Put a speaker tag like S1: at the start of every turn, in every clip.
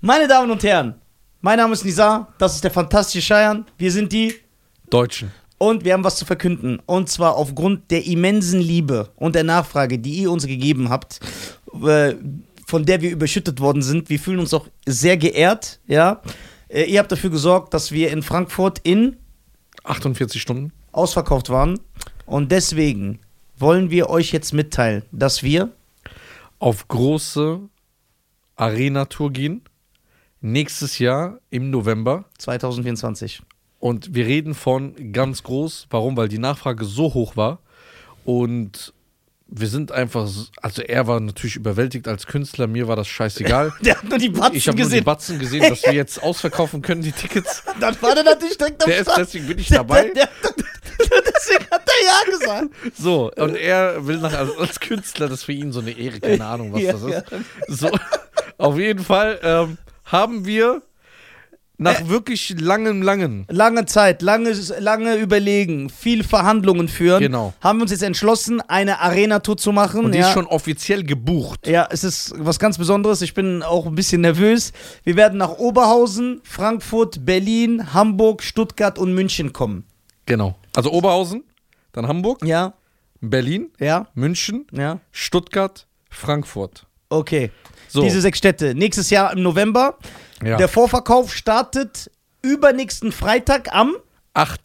S1: Meine Damen und Herren, mein Name ist Nizar, das ist der fantastische Scheiern. Wir sind die
S2: Deutschen.
S1: und wir haben was zu verkünden. Und zwar aufgrund der immensen Liebe und der Nachfrage, die ihr uns gegeben habt, äh, von der wir überschüttet worden sind. Wir fühlen uns auch sehr geehrt, ja. Äh, Ihr habt dafür gesorgt, dass wir in Frankfurt in
S2: 48 Stunden.
S1: ausverkauft waren. Und deswegen wollen wir euch jetzt mitteilen, dass wir
S2: Auf große Arena-Tour gehen. Nächstes Jahr im November.
S1: 2024
S2: Und wir reden von ganz groß. Warum? Weil die Nachfrage so hoch war. Und wir sind einfach, s- also er war natürlich überwältigt als Künstler, mir war das scheißegal.
S1: Der hat nur die Batzen
S2: Ich habe nur die
S1: gesehen.
S2: Batzen gesehen, dass wir jetzt ausverkaufen können, die Tickets.
S1: Dann war der natürlich direkt am
S2: Der ist,
S1: Start.
S2: deswegen bin ich dabei.
S1: Der, der, deswegen hat er ja gesagt.
S2: So, und er will nach, also als Künstler, das ist für ihn so eine Ehre, keine Ahnung, was
S1: Ja,
S2: das ist. So, auf jeden Fall ähm, haben wir nach
S1: Äh.
S2: wirklich langem, langen,
S1: Lange Zeit, lange, lange überlegen, viel Verhandlungen führen.
S2: Genau.
S1: Haben wir uns jetzt entschlossen, eine Arena-Tour zu machen.
S2: und die
S1: ja.
S2: ist schon offiziell gebucht.
S1: ja, es ist was ganz Besonderes. Ich bin auch ein bisschen nervös. Wir werden nach Oberhausen, Frankfurt, Berlin, Hamburg, Stuttgart und München kommen.
S2: Genau. Also Oberhausen, dann Hamburg,
S1: Ja,
S2: Berlin,
S1: ja,
S2: München,
S1: ja.
S2: Stuttgart, Frankfurt.
S1: Okay.
S2: So,
S1: Diese sechs Städte. Nächstes Jahr im November.
S2: ja.
S1: Der Vorverkauf startet übernächsten Freitag am
S2: 8.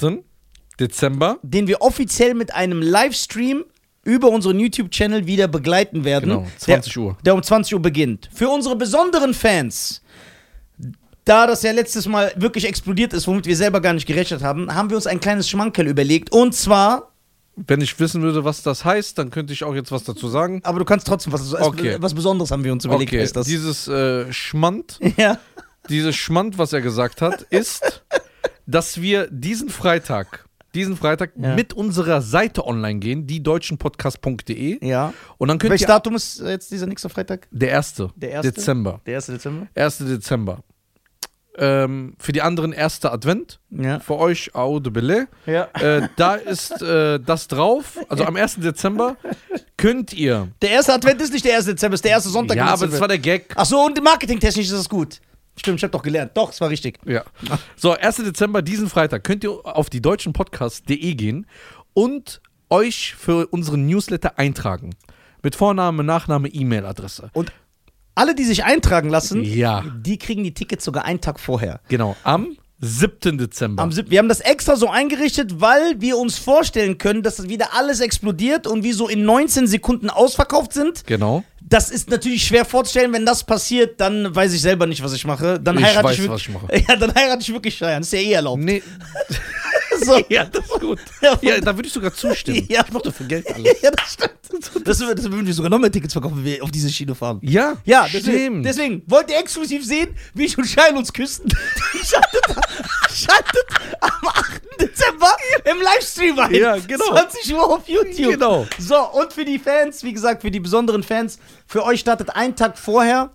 S2: Dezember.
S1: den wir offiziell mit einem Livestream über unseren YouTube-Channel wieder begleiten werden.
S2: Genau, 20
S1: der,
S2: Uhr.
S1: Der um 20 Uhr beginnt. Für unsere besonderen Fans, da das ja letztes Mal wirklich explodiert ist, womit wir selber gar nicht gerechnet haben, haben wir uns ein kleines Schmankerl überlegt. Und zwar,
S2: Wenn ich wissen würde, was das heißt, dann könnte ich auch jetzt was dazu sagen.
S1: aber du kannst trotzdem was,
S2: Okay.
S1: was Besonderes haben wir uns überlegt.
S2: Okay,
S1: Ist das.
S2: dieses äh, Schmand.
S1: ja.
S2: dieses Schmand, was er gesagt hat, ist, dass wir diesen Freitag, diesen Freitag
S1: Ja.
S2: mit unserer Seite online gehen, diedeutschenpodcast.de.
S1: ja.
S2: Und dann könnt
S1: Welches
S2: ihr.
S1: Datum ist äh, jetzt dieser nächste Freitag?
S2: Der erste,
S1: Der erste?
S2: Dezember.
S1: Der 1. Dezember?
S2: 1. Dezember. Ähm, für die anderen erster Advent.
S1: Ja.
S2: Für euch Au de Belay.
S1: ja.
S2: Äh, da ist äh, das drauf. Also am 1. Dezember könnt ihr.
S1: Der erste Advent ist nicht der 1. Dezember, ist der erste Sonntag. im
S2: ja, aber
S1: Dezember.
S2: das war der Gag.
S1: Ach so, und marketingtechnisch ist das gut. Stimmt, ich habe doch gelernt. Doch, es war richtig.
S2: Ja. So, 1. Dezember, diesen Freitag, könnt ihr auf die deutschenpodcast.de gehen und euch für unseren Newsletter eintragen. Mit Vorname, Nachname, E-Mail-Adresse.
S1: Und alle, die sich eintragen lassen,
S2: Ja.
S1: die kriegen die Tickets sogar einen Tag vorher.
S2: Genau, am 7. Dezember.
S1: Am siebten- wir haben das extra so eingerichtet, weil wir uns vorstellen können, dass das wieder alles explodiert und wir so in 19 Sekunden ausverkauft sind.
S2: genau.
S1: Das ist natürlich schwer vorzustellen. Wenn das passiert, dann weiß ich selber nicht, was ich mache. Dann
S2: Ich
S1: heirate
S2: weiß,
S1: ich wirklich,
S2: was ich mache.
S1: Ja, dann heirate ich wirklich Scheiern. Ist ja eh erlaubt.
S2: Nee,
S1: So.
S2: ja, das ist gut.
S1: Ja,
S2: Ja, da würde ich sogar zustimmen.
S1: ja.
S2: doch für Geld
S1: ja, das stimmt. Das, das würden wir sogar noch mehr Tickets verkaufen, wenn wir auf diese Schiene fahren.
S2: Ja,
S1: Ja, deswegen,
S2: stimmt.
S1: deswegen wollt ihr exklusiv sehen, wie ich und Schein uns küssen. Schaltet, schaltet am 8. Dezember im Livestream ein.
S2: Ja, genau.
S1: 20 Uhr auf YouTube.
S2: Genau.
S1: So, und für die Fans, wie gesagt, für die besonderen Fans, für euch startet ein Tag vorher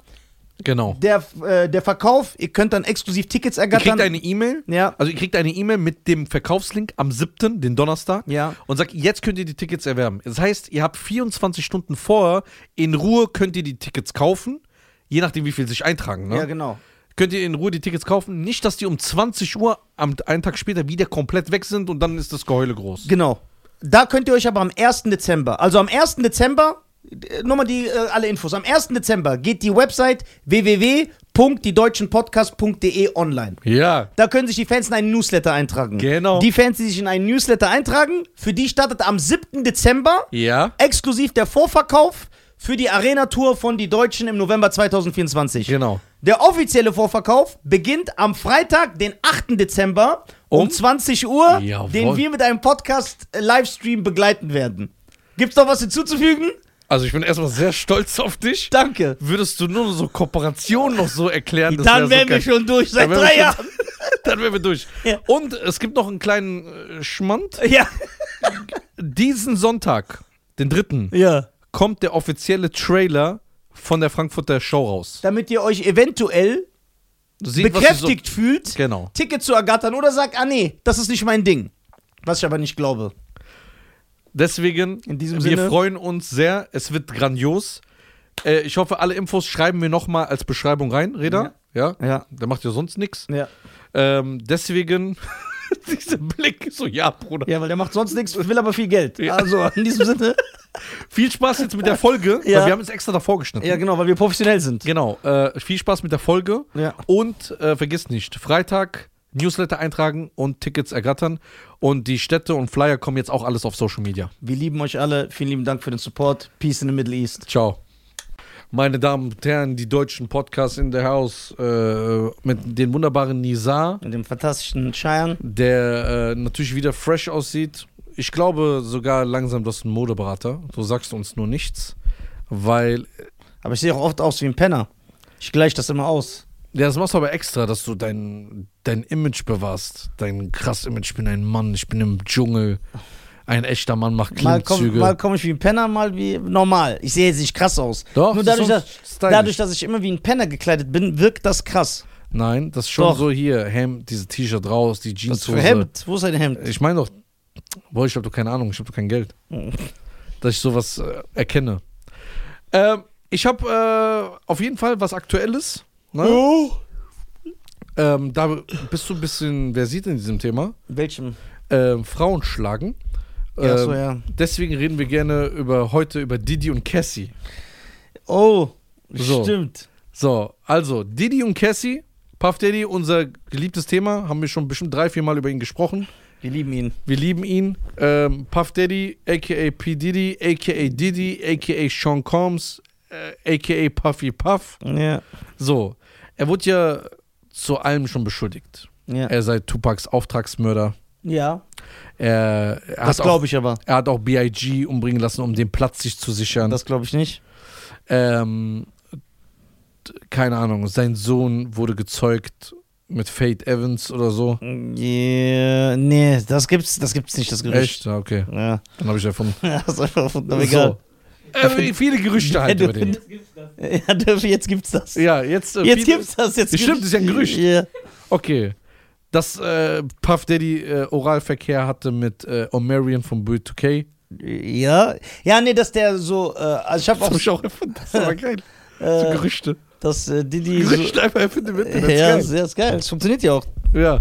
S2: genau.
S1: der, äh, der Verkauf. Ihr könnt dann exklusiv Tickets
S2: Ihr
S1: ergattern.
S2: kriegt eine E-Mail.
S1: ja.
S2: Also ihr kriegt eine E-Mail mit dem Verkaufslink am 7., den Donnerstag,
S1: Ja.
S2: und sagt, jetzt könnt ihr die Tickets erwerben. Das heißt, ihr habt 24 Stunden vorher, in Ruhe könnt ihr die Tickets kaufen, je nachdem, wie viel sich eintragen. Ne?
S1: ja, genau.
S2: Könnt ihr in Ruhe die Tickets kaufen, nicht, dass die um 20 Uhr am einen Tag später wieder komplett weg sind und dann ist das Geheule groß.
S1: Genau. Da könnt ihr euch aber am 1. Dezember, also am 1. Dezember, äh, nochmal die, äh, alle Infos, am 1. Dezember geht die Website www.diedeutschenpodcast.de online.
S2: Ja.
S1: Da können sich die Fans in einen Newsletter eintragen.
S2: Genau.
S1: Die Fans, die sich in einen Newsletter eintragen, für die startet am 7. Dezember
S2: Ja.
S1: exklusiv der Vorverkauf für die Arena-Tour von die Deutschen im November 2024.
S2: Genau.
S1: Der offizielle Vorverkauf beginnt am Freitag, den 8. Dezember um,
S2: Um?
S1: 20 Uhr,
S2: Jawohl.
S1: den wir mit einem Podcast-Livestream begleiten werden. Gibt's noch was hinzuzufügen?
S2: Also ich bin erstmal sehr stolz auf dich.
S1: Danke.
S2: Würdest du nur so Kooperationen noch so erklären? das wär
S1: Dann
S2: so
S1: wären wir
S2: geil.
S1: schon durch seit
S2: Dann wären wir
S1: drei
S2: schon-
S1: Jahren.
S2: Dann wären wir durch.
S1: Ja.
S2: Und es gibt noch einen kleinen äh, Schmand.
S1: Ja.
S2: Diesen Sonntag, den dritten,
S1: ja.
S2: kommt der offizielle Trailer von der Frankfurter Show raus.
S1: Damit ihr euch eventuell
S2: Seht, was ihr
S1: bekräftigt fühlt,
S2: So, genau.
S1: Ticket zu ergattern oder sagt, ah nee, das ist nicht mein Ding. Was ich aber nicht glaube.
S2: Deswegen,
S1: In diesem
S2: wir
S1: Sinne-
S2: freuen uns sehr. Es wird grandios. Äh, ich hoffe, alle Infos schreiben wir nochmal als Beschreibung rein, Reda. Ja?
S1: Ja.
S2: Der macht ja sonst nichts.
S1: Ja.
S2: Ähm, deswegen dieser Blick so, ja, Bruder.
S1: ja, weil der macht sonst nichts, will aber viel Geld.
S2: Ja.
S1: Also in diesem Sinne.
S2: Viel Spaß jetzt mit der Folge,
S1: Ja.
S2: weil wir haben es extra davor geschnitten.
S1: Ja, genau, weil wir professionell sind.
S2: Genau. Äh, viel Spaß mit der Folge.
S1: Ja.
S2: Und äh, vergiss nicht, Freitag Newsletter eintragen und Tickets ergattern. Und die Städte und Flyer kommen jetzt auch alles auf Social Media.
S1: Wir lieben euch alle. Vielen lieben Dank für den Support. Peace in the Middle East.
S2: Ciao. Meine Damen und Herren, die deutschen Podcasts in the House äh, mit den wunderbaren Nizar,
S1: Mit dem fantastischen Cheyenne.
S2: der äh, natürlich wieder fresh aussieht. Ich glaube sogar langsam, dass ein Modeberater. Du sagst uns nur nichts, weil
S1: Aber ich sehe auch oft aus wie ein Penner. Ich gleiche das immer aus.
S2: Ja, das machst du aber extra, dass du dein, dein Image bewahrst. Dein krass Image. Ich bin ein Mann, ich bin im Dschungel. Ein echter Mann macht
S1: Mal komme
S2: Klimmzüge.
S1: komm ich wie ein Penner, mal wie normal. Ich sehe jetzt nicht krass aus.
S2: Doch,
S1: Nur
S2: das
S1: dadurch
S2: ist
S1: dass,
S2: schon stylisch.
S1: dadurch, dass ich immer wie ein Penner gekleidet bin, wirkt das krass.
S2: Nein, das ist schon
S1: Doch.
S2: so hier. Hemd, diese T-Shirt raus, die Jeans.
S1: Das für Hemd. Wo ist ein Hemd?
S2: Ich meine doch, boah, ich habe doch keine Ahnung, ich habe doch kein Geld. dass ich sowas äh, erkenne. Ähm, ich habe äh, auf jeden Fall was Aktuelles. Ne?
S1: Oh.
S2: Ähm, da bist du ein bisschen versiert in diesem Thema.
S1: Welchem?
S2: Ähm, Frauen schlagen.
S1: Ja, so,
S2: Ähm,
S1: ja.
S2: Deswegen reden wir gerne über heute über Didi und Cassie.
S1: Oh,
S2: So.
S1: stimmt.
S2: So, also Didi und Cassie, Puff Daddy, unser geliebtes Thema, haben wir schon bestimmt drei, vier Mal über ihn gesprochen.
S1: Wir lieben ihn.
S2: Wir lieben ihn. Ähm, Puff Daddy, aka P Diddy, aka Diddy, aka Sean Combs, äh, aka Puffy Puff.
S1: Ja.
S2: So, er wurde ja zu allem schon beschuldigt.
S1: Ja.
S2: Er sei Tupacs Auftragsmörder.
S1: ja.
S2: Er, er,
S1: Das
S2: hat auch,
S1: glaube ich aber.
S2: er hat auch B.I.G. umbringen lassen, um den Platz sich zu sichern.
S1: Das glaube ich nicht.
S2: Ähm, t- keine Ahnung, sein Sohn wurde gezeugt mit Fate Evans oder so.
S1: Yeah, nee, das gibt's, das gibt's nicht, das Gerücht.
S2: Echt? Ja, okay.
S1: Ja.
S2: Dann habe ich erfunden.
S1: das ist einfach von, aber egal.
S2: So. Äh, viele Gerüchte halt
S1: Ja,
S2: über den.
S1: du- Ja, dürfen- jetzt gibt's das.
S2: Ja, jetzt. äh,
S1: Jetzt
S2: viele-
S1: gibt's das. Jetzt
S2: Stimmt,
S1: gibt's-
S2: ist ja ein Gerücht.
S1: Ja.
S2: Okay. Dass äh, Puff Daddy äh, Oralverkehr hatte mit äh, Omarion von B2K.
S1: ja. Ja, nee, dass der so, äh, also ich habe
S2: Das habe
S1: auch,
S2: ich auch erfunden. Das ist aber geil. So
S1: äh,
S2: Gerüchte.
S1: dass äh, Didi so,
S2: Gerüchte einfach erfunden mit. Das ist
S1: ja,
S2: geil.
S1: sehr ist geil. Das funktioniert ja auch.
S2: Ja.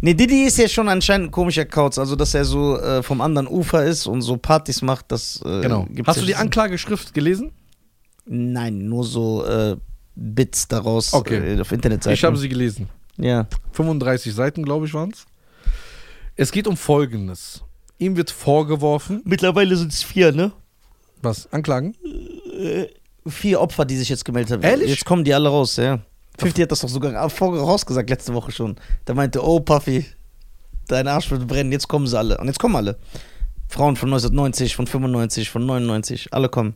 S1: Nee, Didi ist ja schon anscheinend ein komischer Kauz, also dass er so äh, vom anderen Ufer ist und so Partys macht, das äh,
S2: Genau.
S1: gibt's
S2: Hast
S1: ja
S2: du die
S1: schon.
S2: Anklageschrift gelesen?
S1: Nein, nur so äh, Bits daraus
S2: Okay.
S1: äh, auf Internetseiten.
S2: Ich habe sie gelesen.
S1: ja.
S2: 35 Seiten, glaube ich, waren es. Es geht um Folgendes. Ihm wird vorgeworfen,
S1: Mittlerweile sind es vier, ne?
S2: was, Anklagen?
S1: Vier Opfer, die sich jetzt gemeldet haben.
S2: Ehrlich?
S1: Jetzt kommen die alle raus, ja. 50 hat das doch sogar vor- vorausgesagt letzte Woche schon. Da meinte, oh Puffy, dein Arsch wird brennen, jetzt kommen sie alle. Und jetzt kommen alle. Frauen von 1990, von 95, von 99, alle kommen.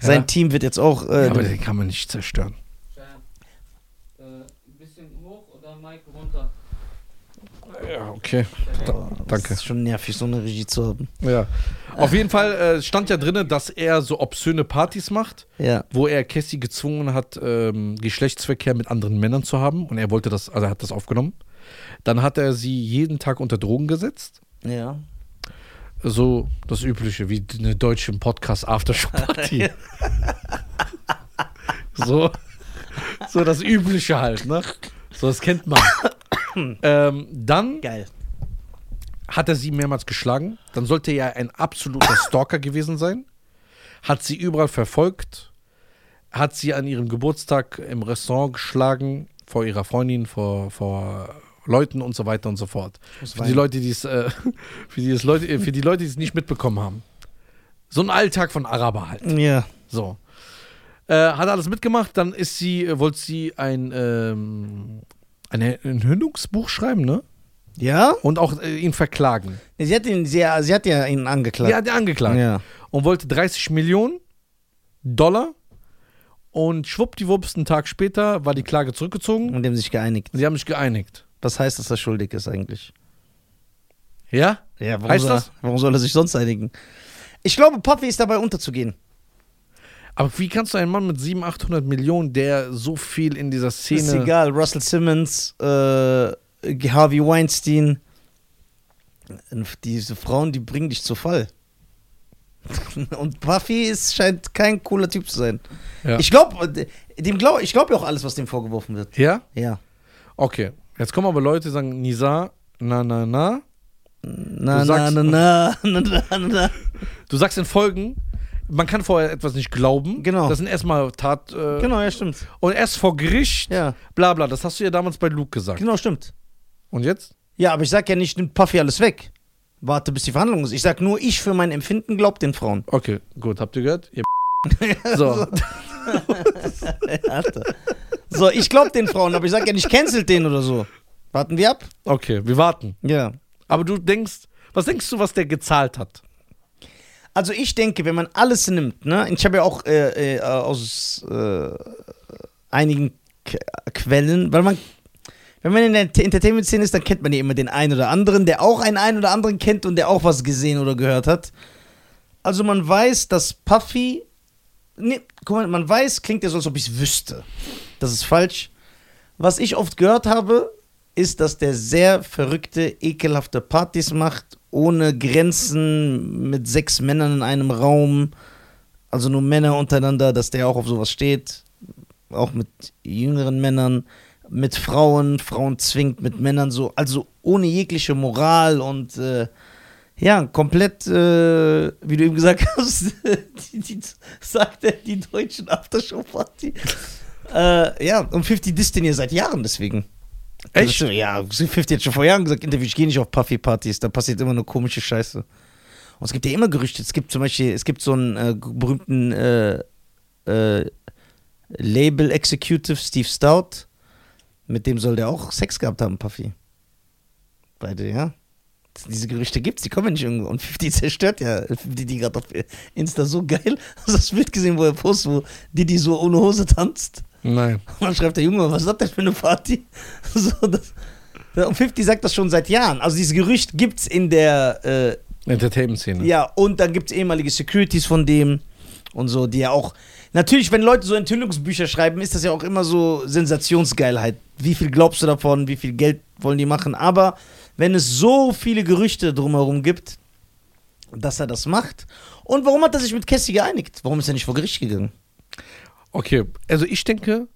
S2: Ja.
S1: Sein Team wird jetzt auch. Äh,
S2: Aber den kann man nicht zerstören.
S3: Schein. Äh, ein bisschen hoch oder Mike runter?
S2: Ja, Ah, okay.
S1: boah, Oh, Das
S2: Danke.
S1: ist schon nervig, so eine Regie zu haben.
S2: Ja. Auf jeden Fall äh, stand ja drin, dass er so obszöne Partys macht,
S1: Ja.
S2: wo er Cassie gezwungen hat, ähm, Geschlechtsverkehr mit anderen Männern zu haben. Und er wollte das, also er hat das aufgenommen. Dann hat er sie jeden Tag unter Drogen gesetzt.
S1: Ja.
S2: So das Übliche, wie eine deutsche Podcast-Aftershow-Party. so, so das Übliche halt, ne? So, das kennt man. ähm, dann
S1: Geil.
S2: hat er sie mehrmals geschlagen. Dann sollte er ein absoluter Stalker gewesen sein. Hat sie überall verfolgt. Hat sie an ihrem Geburtstag im Restaurant geschlagen. Vor ihrer Freundin, vor, vor Leuten und so weiter und so fort.
S1: muss
S2: Für die
S1: weinen.
S2: Leute, die es, äh, für die es Leute, äh, für die Leute, die es nicht mitbekommen haben. So ein Alltag von Araber halt.
S1: Ja.
S2: So. Äh, hat alles mitgemacht, dann ist sie, äh, wollte sie ein, ähm, ein Enthüllungsbuch schreiben, ne?
S1: Ja?
S2: Und auch äh, ihn verklagen.
S1: Sie hat ihn, sie, sie hat ja ihn
S2: Ja,
S1: angeklagt.
S2: hat er angeklagt.
S1: Ja.
S2: Und wollte 30 Millionen Dollar. Und schwuppdiwupps, einen Tag später war die Klage zurückgezogen.
S1: Und die haben sich geeinigt.
S2: Und sie haben sich geeinigt.
S1: Was heißt, dass er schuldig ist eigentlich?
S2: Ja?
S1: Ja, warum,
S2: Heißt
S1: soll,
S2: das?
S1: warum soll er sich sonst einigen? Ich glaube, Puffy ist dabei unterzugehen.
S2: Aber wie kannst du einen Mann mit 700, 800 Millionen, der so viel in dieser Szene.
S1: Ist egal, Russell Simmons, äh, Harvey Weinstein. Diese Frauen, die bringen dich zu Fall. Und Puffy ist, scheint kein cooler Typ zu sein.
S2: Ja.
S1: Ich glaube, dem glaub, ich glaube ja auch alles, was dem vorgeworfen wird.
S2: Ja?
S1: Ja.
S2: Okay. Jetzt kommen aber Leute, die sagen, Nisa, na, na, na.
S1: Na, na,
S2: Du sagst-
S1: na, na, na, na, na, na.
S2: Du sagst in Folgen, man kann vorher etwas nicht glauben.
S1: Genau.
S2: Das sind erstmal Tat. Äh,
S1: Genau, ja, stimmt.
S2: Und erst vor Gericht.
S1: Ja.
S2: Bla, bla. Das hast du ja damals bei Luke gesagt.
S1: Genau, stimmt.
S2: Und jetzt?
S1: Ja, aber ich sag ja nicht, nimmt Puffy alles weg. Warte, bis die Verhandlung ist. Ich sag nur, ich für mein Empfinden glaub den Frauen.
S2: Okay, gut. Habt ihr gehört? Ihr so.
S1: Äh, Alter. So, ich glaub den Frauen, aber ich sag ja nicht, cancelt den oder so. Warten wir ab?
S2: Okay, wir warten.
S1: Ja.
S2: Aber du denkst, was denkst du, was der gezahlt hat?
S1: Also ich denke, wenn man alles nimmt, ne, ich habe ja auch äh, äh, aus äh, einigen Qu- Quellen, weil man, wenn man in der T- Entertainment-Szene ist, dann kennt man ja immer den einen oder anderen, der auch einen einen oder anderen kennt und der auch was gesehen oder gehört hat. Also man weiß, dass Puffy, ne, guck mal, man weiß, klingt ja so, als ob ich es wüsste. Das ist falsch. Was ich oft gehört habe, ist, dass der sehr verrückte, ekelhafte Partys macht, ohne Grenzen, mit sechs Männern in einem Raum, also nur Männer untereinander, dass der auch auf sowas steht, auch mit jüngeren Männern, mit Frauen, Frauen zwingt mit Männern so, also ohne jegliche Moral und äh, ja, komplett, äh, wie du eben gesagt hast, die, die, sagt er, die deutschen Aftershow-Party. äh, ja, und 50 disst den ihr seit Jahren deswegen.
S2: Echt?
S1: Das ist, ja, 50 hat schon vor Jahren gesagt, Interview, ich gehe nicht auf Puffy-Partys, da passiert immer nur komische Scheiße. Und es gibt ja immer Gerüchte. Es gibt zum Beispiel, es gibt so einen äh, g- berühmten äh, äh, Label-Executive, Steve Stout. Mit dem soll der auch Sex gehabt haben, Puffy. Beide, ja. Das- Diese Gerüchte gibt's, die kommen ja nicht irgendwo. Und 50 zerstört ja Didi die gerade auf Insta so geil. Hast du das Bild gesehen, wo er postet, wo Didi so ohne Hose tanzt?
S2: Nein.
S1: Und dann schreibt der Junge, was ist das denn für eine Party? So, das, und 50 sagt das schon seit Jahren. Also dieses Gerücht gibt's in der, äh,
S2: Entertainment-Szene.
S1: ja, und dann gibt's ehemalige Securities von dem und so, die ja auch, natürlich, wenn Leute so Enthüllungsbücher schreiben, ist das ja auch immer so Sensationsgeilheit. Wie viel glaubst du davon, wie viel Geld wollen die machen? Aber wenn es so viele Gerüchte drumherum gibt, dass er das macht. Und warum hat er sich mit Cassie geeinigt? Warum ist er nicht vor Gericht gegangen?
S2: Okay, also ich denke,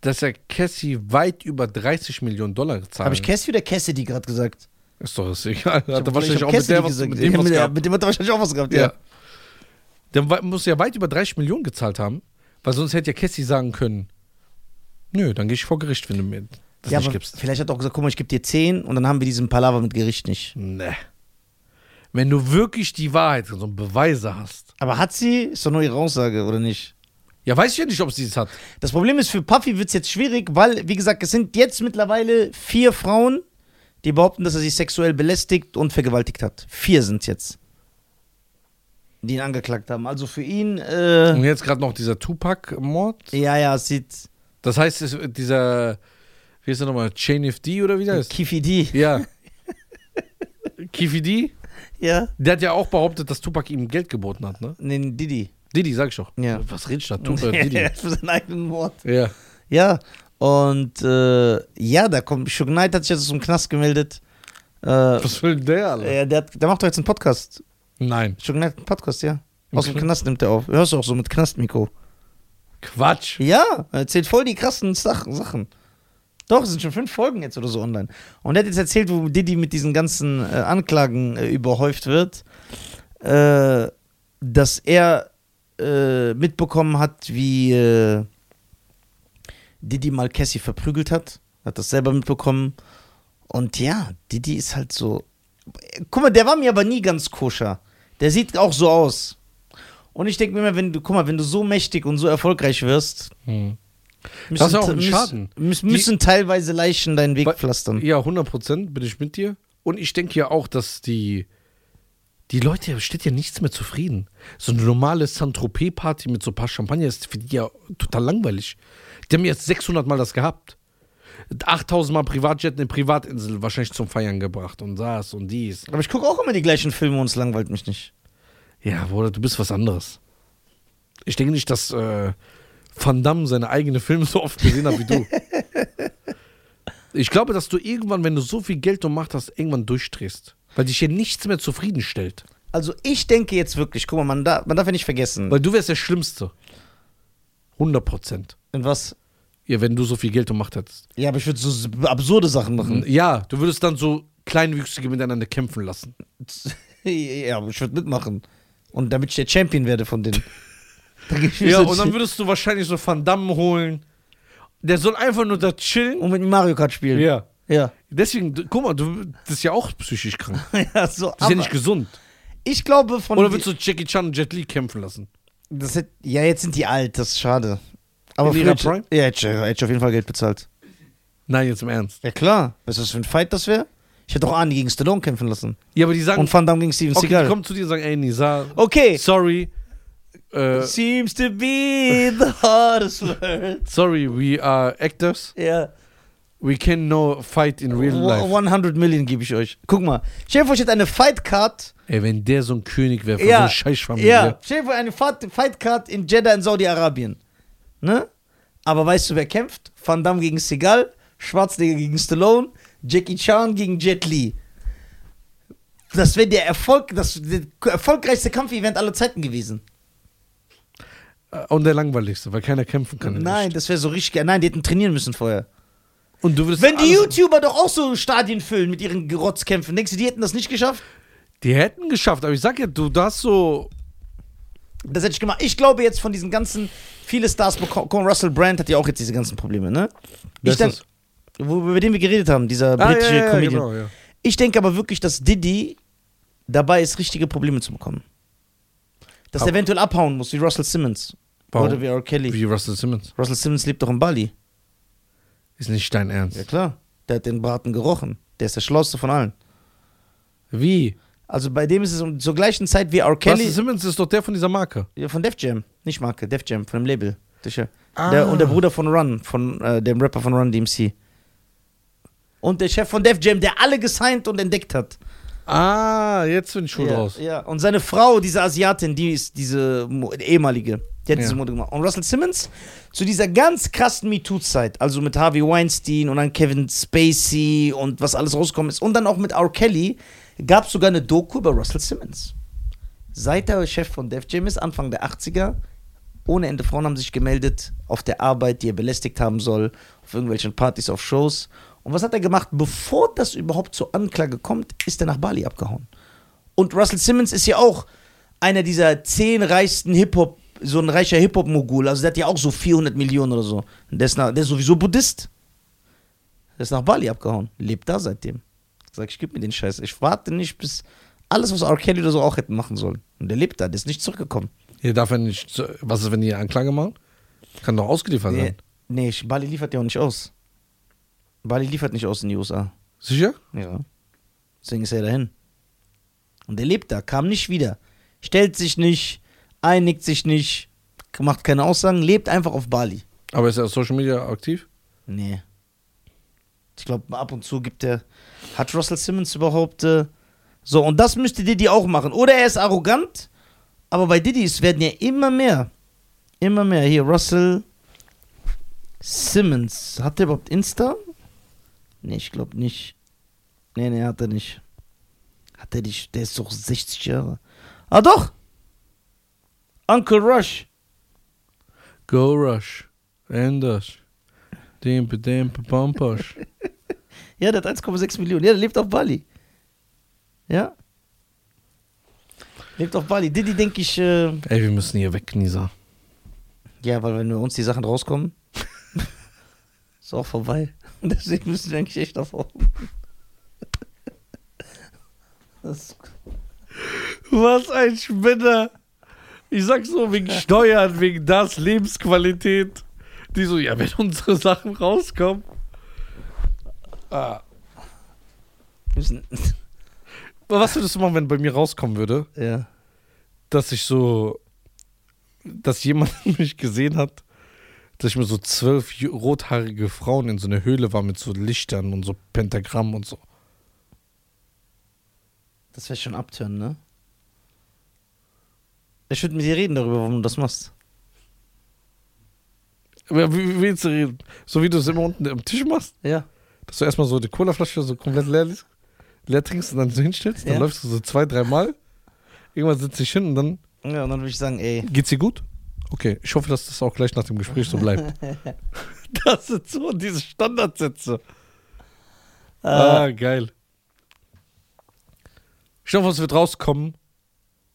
S2: dass er Cassie weit über 30 Millionen Dollar gezahlt
S1: Habe ich Cassie oder Cassidy gerade gesagt?
S2: Ist doch das egal. Hat er
S1: hab-
S2: wahrscheinlich
S1: hab
S2: auch mit,
S1: Cassidy
S2: der was,
S1: gesagt.
S2: mit dem
S1: Ja,
S2: was
S1: der-
S2: gehabt.
S1: mit dem hat er wahrscheinlich auch was gehabt, ja.
S2: Ja. Der wa- muss ja weit über 30 Millionen gezahlt haben, weil sonst hätte ja Cassie sagen können: Nö, dann gehe ich vor Gericht, wenn du mir das
S1: Ja,
S2: nicht
S1: aber
S2: gibst.
S1: Vielleicht hat er auch gesagt, guck mal, ich gebe dir 10 und dann haben wir diesen Palaver mit Gericht nicht.
S2: Ne. Wenn du wirklich die Wahrheit und so Beweise hast.
S1: Aber hat sie, ist doch nur ihre Aussage, oder nicht?
S2: Ja, weiß ich ja nicht, ob sie es hat.
S1: Das Problem ist, für Puffy wird es jetzt schwierig, weil, wie gesagt, es sind jetzt mittlerweile vier Frauen, die behaupten, dass er sie sexuell belästigt und vergewaltigt hat. Vier sind es jetzt, die ihn angeklagt haben. Also für ihn, äh,
S2: Und jetzt gerade noch dieser Tupac-Mord.
S1: ja, ja, es sieht
S2: Das heißt, es, dieser, wie heißt der nochmal? Chain of D oder wie der ist?
S1: Kiffy D.
S2: Ja. Kifi D,
S1: Ja,
S2: der hat ja auch behauptet, dass Tupac ihm Geld geboten hat, ne?
S1: den Didi.
S2: Didi, sag ich doch.
S1: Ja.
S2: Was redest du da? Tupac, Didi.
S1: für seinen eigenen Mord.
S2: ja.
S1: Ja, und äh, ja, da kommt. Shug Knight hat sich jetzt aus dem Knast gemeldet. Äh,
S2: Was will der, Alter?
S1: äh, der, hat, der macht doch jetzt einen Podcast.
S2: Nein.
S1: Shug Knight hat einen Podcast, ja.
S2: Im
S1: Aus dem
S2: Knast?
S1: Knast nimmt er auf. Hörst du auch so mit Knastmikro.
S2: Quatsch.
S1: Ja, er erzählt voll die krassen Sach- Sachen. Doch, es sind schon fünf Folgen jetzt oder so online. Und er hat jetzt erzählt, wo Diddy mit diesen ganzen äh, Anklagen äh, überhäuft wird, äh, dass er äh, mitbekommen hat, wie äh, Diddy mal Cassie verprügelt hat. Hat das selber mitbekommen. Und ja, Diddy ist halt so. Guck mal, der war mir aber nie ganz koscher. Der sieht auch so aus. Und ich denke mir immer, wenn du, guck mal, wenn du so mächtig und so erfolgreich wirst,
S2: Hm.
S1: müssen,
S2: ist ja auch ein
S1: müssen-
S2: Schaden.
S1: Müssen, müssen teilweise Leichen deinen Weg
S2: Weil-
S1: pflastern.
S2: Ja, 100% bin ich mit dir. Und ich denke ja auch, dass die, die Leute, steht ja nichts mehr zufrieden. So eine normale Saint-Tropez-Party mit so ein paar Champagner ist für die ja total langweilig. Die haben jetzt 600 Mal das gehabt. 8000 Mal Privatjet, eine Privatinsel wahrscheinlich zum Feiern gebracht und das und dies.
S1: Aber ich gucke auch immer die gleichen Filme und es langweilt mich nicht.
S2: Ja, Bruder, du bist was anderes. Ich denke nicht, dass äh, Van Damme seine eigenen Filme so oft gesehen hat wie du. Ich glaube, dass du irgendwann, wenn du so viel Geld und Macht hast, irgendwann durchdrehst. Weil dich hier nichts mehr zufriedenstellt.
S1: Also ich denke jetzt wirklich, guck mal, man darf, man darf ja nicht vergessen.
S2: Weil du wärst der Schlimmste. 100 Prozent.
S1: Und was?
S2: Ja, wenn du so viel Geld und Macht hättest.
S1: Ja, aber ich würde so s- absurde Sachen machen.
S2: Ja, du würdest dann so Kleinwüchsige miteinander kämpfen lassen.
S1: ja, aber ich würde mitmachen. Und damit ich der Champion werde von denen.
S2: Ja, und dann würdest du wahrscheinlich so Van Damme holen. Der soll einfach nur da chillen.
S1: und mit Mario Kart spielen.
S2: Ja.
S1: Ja,
S2: Deswegen, du- guck mal, du bist ja auch psychisch krank. Du
S1: ja so.
S2: bist
S1: aber
S2: ja nicht gesund.
S1: ich glaube von.
S2: Oder würdest du Jackie Chan und Jet Li kämpfen lassen?
S1: das hätt, ja, jetzt sind die alt, das ist schade. Aber
S2: In ihrer
S1: früher- Ja, hätte ich, hätte ich auf jeden Fall Geld bezahlt.
S2: Nein, jetzt im Ernst.
S1: Ja, klar. Weißt du, was für ein Fight das wäre? Ich hätte auch Arnie gegen Stallone kämpfen lassen.
S2: Ja, aber die sagen,
S1: Und Van Damme gegen Steven
S2: okay, die
S1: Seagal.
S2: kommen zu dir und sagen, ey, Nisa,
S1: Okay.
S2: sorry, äh,
S1: Seems to be the hardest word.
S2: sorry, we are actors,
S1: Ja.
S2: we can no fight in real life.
S1: 100 Millionen gebe ich euch. Guck mal. Stell dir vor, ich hätte eine Fightcard.
S2: Ey, wenn der so ein König wäre von
S1: Ja.
S2: so einer Scheißfamilie.
S1: Ja. Stell dir vor, eine Fight- Fightcard in Jeddah in Saudi-Arabien. Ne? Aber weißt du, wer kämpft? Van Damme gegen Seagal, Schwarzenegger gegen Stallone, Jackie Chan gegen Jet Li. Das wäre der Erfolg, das, der erfolgreichste Kampfevent aller Zeiten gewesen.
S2: Äh, Und der langweiligste, weil keiner kämpfen kann. im
S1: Nein,
S2: Echt.
S1: das wäre so richtig. ge- Nein, die hätten trainieren müssen vorher.
S2: Und du würdest
S1: Wenn die
S2: alles-
S1: YouTuber doch auch so Stadien füllen mit ihren Gerotzkämpfen, denkst du, die hätten das nicht geschafft?
S2: Die hätten geschafft, aber ich sag ja, du, du hast so.
S1: Das hätte ich gemacht. Ich glaube jetzt von diesen ganzen, viele Stars bekommen. Russell Brand hat ja auch jetzt diese ganzen Probleme, ne?
S2: Wer
S1: Ich
S2: ist
S1: denk,
S2: das?
S1: wo, über den wir geredet haben, dieser
S2: Ah,
S1: britische
S2: ja, ja,
S1: Comedian.
S2: Genau, ja.
S1: Ich denke aber wirklich, dass Diddy dabei ist, richtige Probleme zu bekommen. Dass er
S2: Aber-
S1: eventuell abhauen muss, wie Russell Simmons.
S2: Warum?
S1: Oder wie R. Kelly.
S2: Wie Russell Simmons.
S1: Russell Simmons lebt doch in Bali.
S2: Ist nicht dein Ernst.
S1: Ja, klar. Der hat den Braten gerochen. Der ist der Schlauste von allen.
S2: Wie?
S1: Also bei dem ist es um zur gleichen Zeit wie R. Kelly.
S2: Russell Simmons ist doch der von dieser Marke.
S1: Ja, von Def Jam. Nicht Marke, Def Jam, von dem Label. Sicher.
S2: Ah.
S1: Der, und der Bruder von Run, von äh, dem Rapper von Run DMC. Und der Chef von Def Jam, der alle gesigned und entdeckt hat.
S2: Ah, jetzt bin ich schon
S1: ja,
S2: raus.
S1: Ja. Und seine Frau, diese Asiatin, die ist diese Mo- ehemalige. Die hat
S2: Ja.
S1: diese Mode gemacht. Und Russell Simmons zu dieser ganz krassen MeToo-Zeit, also mit Harvey Weinstein und dann Kevin Spacey und was alles rausgekommen ist. Und dann auch mit R. Kelly gab es sogar eine Doku über Russell Simmons. Seit er Chef von Def Jam ist, Anfang der 80er, ohne Ende Frauen haben sich gemeldet auf der Arbeit, die er belästigt haben soll, auf irgendwelchen Partys, auf Shows. Und was hat er gemacht? Bevor das überhaupt zur Anklage kommt, ist er nach Bali abgehauen. Und Russell Simmons ist ja auch einer dieser zehn reichsten Hip-Hop, so ein reicher Hip-Hop-Mogul. Also der hat ja auch so 400 Millionen oder so. Und Der ist, nach, der ist sowieso Buddhist. Der ist nach Bali abgehauen. Lebt da seitdem. Sag ich, gib mir den Scheiß. Ich warte nicht, bis alles, was R. Kelly oder so auch hätten machen sollen. Und der lebt da, der ist nicht zurückgekommen.
S2: Hier darf er nicht. zu- Was ist, wenn die Anklage machen? Kann doch ausgeliefert
S1: Nee,
S2: sein.
S1: nee, ich- Bali liefert ja auch nicht aus. Bali liefert nicht aus in die USA.
S2: Sicher?
S1: Ja. Deswegen ist er dahin. Und er lebt da, kam nicht wieder. Stellt sich nicht, einigt sich nicht, macht keine Aussagen, lebt einfach auf Bali.
S2: Aber ist er auf Social Media aktiv?
S1: Nee. Ich glaube, ab und zu gibt er. Hat Russell Simmons überhaupt. Äh, so, und das müsste Diddy auch machen. Oder er ist arrogant, aber bei Diddy es werden ja immer mehr. Immer mehr. Hier, Russell Simmons. Hat der überhaupt Insta? Nee, ich glaube nicht. Nee, nee, hat er nicht. Hat er nicht. Der ist doch 60 Jahre. Ah, doch! Uncle Rush.
S2: Go Rush. Enders. Dempe, dempe, Bamposch.
S1: Ja, der hat 1,6 Millionen. Ja, der lebt auf Bali. Ja. Lebt auf Bali. Diddy, denke ich, äh,
S2: Ey, wir müssen hier weg, Nisa.
S1: ja, weil wenn bei uns die Sachen rauskommen, ist auch vorbei. Und deswegen müssen wir eigentlich echt davor. Das,
S2: Was ein Spinner. Ich sag so, wegen Steuern, wegen das, Lebensqualität. Die so, ja, wenn unsere Sachen rauskommen. Ah.
S1: wir müssen,
S2: Aber Was würdest du machen, wenn bei mir rauskommen würde,
S1: ja.
S2: dass ich so, dass jemand mich gesehen hat, dass ich mir so zwölf ju- rothaarige Frauen in so einer Höhle war mit so Lichtern und so Pentagramm und so.
S1: Das wäre schon abtören, ne? Ich würde mit dir reden darüber, warum du das machst.
S2: Aber Wie, wie willst du reden? So wie du es immer unten am Tisch machst,
S1: Ja.
S2: dass du erstmal so die Colaflasche so komplett leer, leer trinkst und dann so hinstellst, dann
S1: Ja.
S2: läufst du so zwei, dreimal. Irgendwann sitzt sie hin und dann
S1: Ja, und dann würde ich sagen, ey.
S2: geht's ihr gut? Okay, ich hoffe, dass das auch gleich nach dem Gespräch so bleibt. das sind so diese Standardsätze.
S1: Äh,
S2: Ah, geil. Ich hoffe, es wird rauskommen,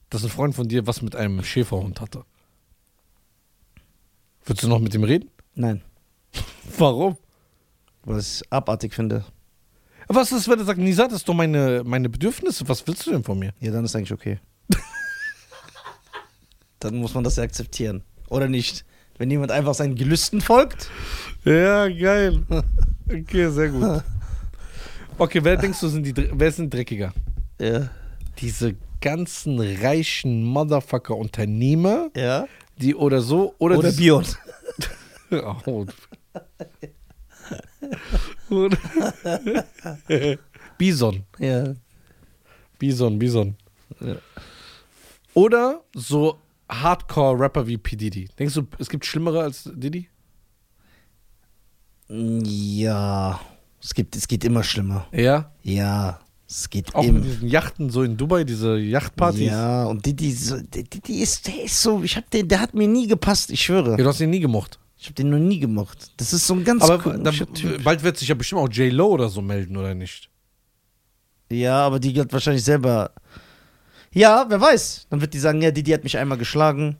S2: dass ein Freund von dir was mit einem Schäferhund hatte. Würdest du noch mit ihm reden?
S1: Nein,
S2: Warum?
S1: was ich abartig finde.
S2: Was ist, wenn er sagt, Nisa, das ist doch meine, meine Bedürfnisse. Was willst du denn von mir?
S1: Ja, dann ist eigentlich okay. dann muss man das ja akzeptieren. Oder nicht? Wenn jemand einfach seinen Gelüsten folgt,
S2: Ja, geil. Okay, sehr gut. Okay, wer denkst du, sind die, Dre- wer ist ein Dreckiger?
S1: ja,
S2: Diese ganzen reichen Motherfucker-Unternehmer,
S1: ja.
S2: die oder so, oder,
S1: Oder,
S2: die-
S1: Bion.
S2: Oh. Oder- Bison.
S1: ja.
S2: Bison, Bison. Oder so Hardcore-Rapper wie P. Diddy. Denkst du, es gibt Schlimmere als Diddy?
S1: Ja. Es, gibt, es geht immer schlimmer.
S2: Ja.
S1: Ja. Es geht
S2: Auch
S1: immer.
S2: mit diesen Yachten so in Dubai, diese Yachtpartys. Ja.
S1: Ja, und Didi, so, Didi ist, der ist so, ich hab den, der hat mir nie gepasst, ich schwöre.
S2: Du hast ihn nie gemocht.
S1: Ich hab den noch nie gemocht. Das ist so ein ganz
S2: Aber dann,
S1: komischer Typ.
S2: bald wird sich ja bestimmt auch J-Lo oder so melden, oder nicht?
S1: Ja, aber die hat wahrscheinlich selber. Ja, wer weiß. Dann wird die sagen, ja, Didi hat mich einmal geschlagen.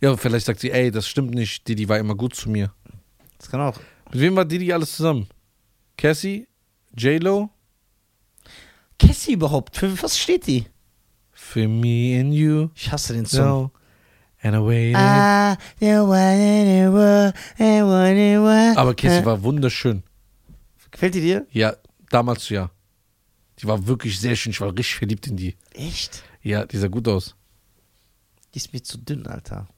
S2: Ja, vielleicht sagt sie, ey, das stimmt nicht, Diddy war immer gut zu mir.
S1: Das kann auch.
S2: Mit wem war Diddy alles zusammen? Cassie, J-Lo,
S1: Cassie überhaupt, für was steht die?
S2: For Me and You,
S1: Ich hasse den Song.
S2: So, and away.
S1: Ah, the one in the world, the one in the world.
S2: Aber Cassie
S1: Äh,
S2: war wunderschön.
S1: Gefällt die dir?
S2: Ja, damals ja. Die war wirklich sehr schön, ich war richtig verliebt in die.
S1: Echt?
S2: Ja, die sah gut aus.
S1: Die ist mir zu dünn, Alter.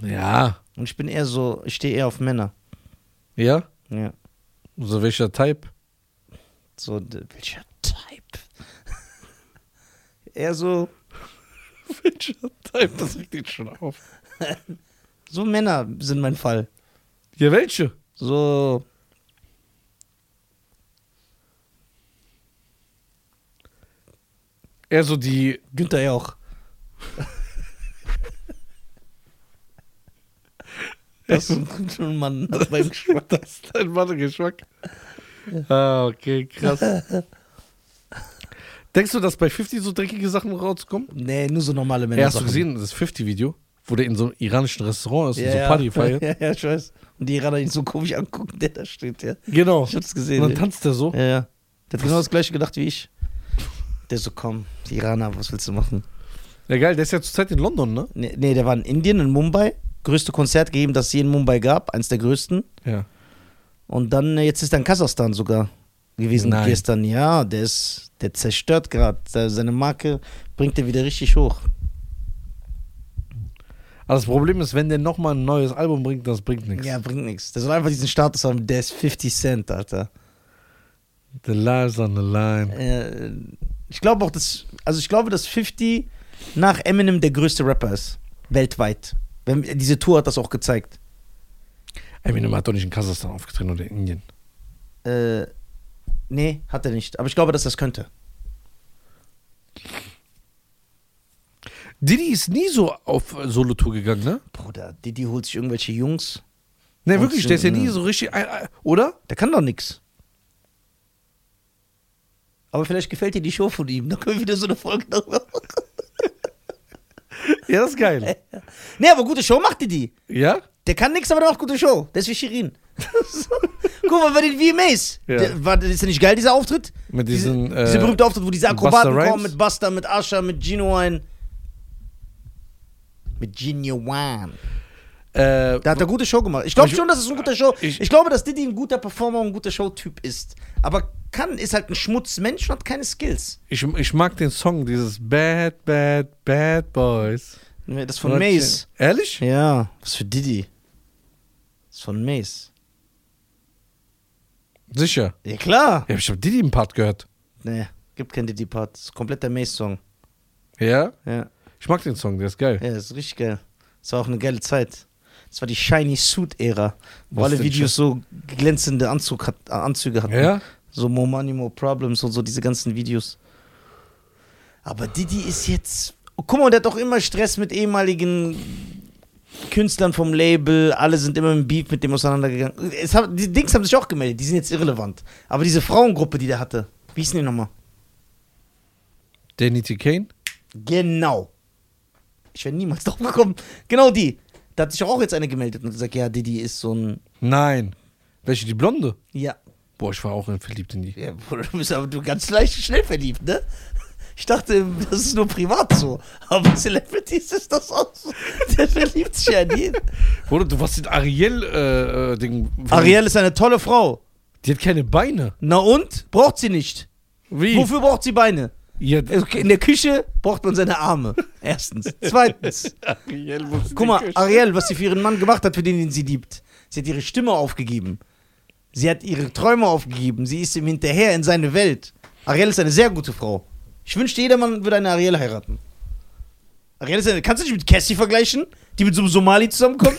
S2: Ja.
S1: Und ich bin eher so, ich stehe eher auf Männer.
S2: Ja?
S1: Ja.
S2: So welcher Type?
S1: So, d- welcher Type? eher so,
S2: welcher Type? Das regt ihn schon auf.
S1: so Männer sind mein Fall.
S2: Ja, welche?
S1: So.
S2: Eher so die
S1: Günther Jauch. Das ist schon ein Mann nach meinem Geschmack.
S2: Das ist dein Mannegeschmack. Ah, okay, krass. Denkst du, dass bei 50 so dreckige Sachen rauskommen?
S1: Nee, nur so normale Männer.
S2: Ja, hast du gesehen, das 50-Video, wo der in so einem iranischen Restaurant ist
S1: Ja,
S2: und so
S1: ja.
S2: Party feiert?
S1: Ja, ja, ich weiß. Und die Iraner ihn so komisch angucken, der da steht, ja.
S2: Genau.
S1: Ich hab's
S2: Und
S1: gesehen.
S2: dann
S1: ja.
S2: tanzt er so.
S1: ja, ja. Der hat genau das gleiche gedacht wie ich. Der so, komm, die Iraner, was willst du machen?
S2: Ja, geil, der ist ja zurzeit in London, ne?
S1: Nee, nee, der war in Indien, in Mumbai. Größte Konzert gegeben, das es je in Mumbai gab. Eins der größten.
S2: Ja.
S1: Und dann, äh, jetzt ist er in Kasachstan sogar gewesen
S2: Nein.
S1: gestern. Ja, der ist, der zerstört gerade. Seine Marke bringt er wieder richtig hoch.
S2: Aber das Problem ist, wenn der nochmal ein neues Album bringt, das bringt nichts.
S1: Ja, bringt nichts. Der soll einfach diesen Status haben. Der ist 50 Cent, Alter.
S2: The lives on the line.
S1: Äh, ich glaube auch, dass, also ich glaube, dass 50 nach Eminem der größte Rapper ist. Weltweit. Wenn, diese Tour hat das auch gezeigt.
S2: Eminem hat doch nicht in Kasachstan aufgetreten oder in Indien.
S1: Äh, nee, hat er nicht. Aber ich glaube, dass das könnte.
S2: Diddy ist nie so auf äh, Solo-Tour gegangen, ne?
S1: Bruder, Didi holt sich irgendwelche Jungs.
S2: Ne,
S1: Und
S2: wirklich,
S1: so,
S2: der ist ja
S1: ne.
S2: nie so richtig, ein- ein- oder?
S1: Der kann doch nix. Aber vielleicht gefällt dir die Show von ihm. Dann können wir wieder so eine Folge darüber machen.
S2: Ja, das ist geil.
S1: Nee, aber gute Show macht die die.
S2: Ja?
S1: Der kann nix, aber der macht gute Show. Der ist wie Shirin. Guck mal, bei den VMAs.
S2: Ja.
S1: Der, war, ist der nicht geil, dieser Auftritt?
S2: Mit diesen,
S1: Diese, dieser
S2: äh,
S1: berühmte Auftritt, wo diese
S2: Busta
S1: Akrobaten kommen
S2: Rhymes?
S1: mit Buster, mit Asha, mit Genuine. Mit Genuine.
S2: Äh,
S1: Da hat er gute Show gemacht. Ich glaube
S2: Ich-
S1: schon, dass es ein guter Show. Ich,
S2: ich-
S1: glaube, dass Diddy ein guter Performer und ein guter Showtyp ist. Aber kann ist halt ein Schmutzmensch und hat keine Skills.
S2: ich, ich mag den Song, dieses Bad, Bad, Bad Boys.
S1: Das ist von Maze.
S2: Ehrlich?
S1: Ja, was für Diddy. Das ist von Maze.
S2: Sicher.
S1: Ja klar.
S2: Ja, ich hab Diddy im Part gehört.
S1: Nee, gibt keinen Diddy Part. Das ist komplett der Maze Song.
S2: Ja?
S1: Ja.
S2: Ich mag den Song, der ist geil.
S1: ja, das ist richtig geil. Das war auch eine geile Zeit. Das war die Shiny Suit Ära, wo
S2: Was
S1: alle
S2: denn
S1: Videos so glänzende Anzug hat, Anzüge hatten.
S2: Ja?
S1: So More Money, More Problems und so diese ganzen Videos. Aber Didi ist jetzt. oh, Guck mal, der hat doch immer Stress mit ehemaligen Künstlern vom Label. Alle sind immer im Beef mit dem auseinandergegangen. Es haben, die Dings haben sich auch gemeldet, die sind jetzt irrelevant. Aber diese Frauengruppe, die der hatte, wie hießen die nochmal?
S2: Danny T. Kane?
S1: Genau. Ich wäre niemals drauf gekommen. Genau die. Da hat sich auch jetzt eine gemeldet und gesagt, ja, Didi ist so ein.
S2: Nein. Welche, die Blonde?
S1: Ja.
S2: Boah, ich war auch verliebt in die.
S1: Ja, Bruder, du bist aber du ganz leicht schnell verliebt, ne? Ich dachte, das ist nur privat so. Aber Celebrities ist das auch so. Der verliebt sich ja in jeden.
S2: Bruder, du warst in äh, Ariel-Ding.
S1: Ariel ist eine tolle Frau.
S2: Die hat keine Beine.
S1: Na und? Braucht sie nicht.
S2: Wie?
S1: Wofür braucht sie Beine?
S2: Ja,
S1: Okay, In der Küche braucht man seine Arme. Erstens. Zweitens.
S2: Ariel muss
S1: Guck mal, Ariel, was sie für ihren Mann gemacht hat, für den, den sie liebt. Sie hat ihre Stimme aufgegeben. Sie hat ihre Träume aufgegeben. Sie ist ihm hinterher in seine Welt. Ariel ist eine sehr gute Frau. Ich wünschte, jedermann würde eine Ariel heiraten. Ariel ist eine. Kannst du dich mit Cassie vergleichen, die mit so einem Somali zusammenkommt?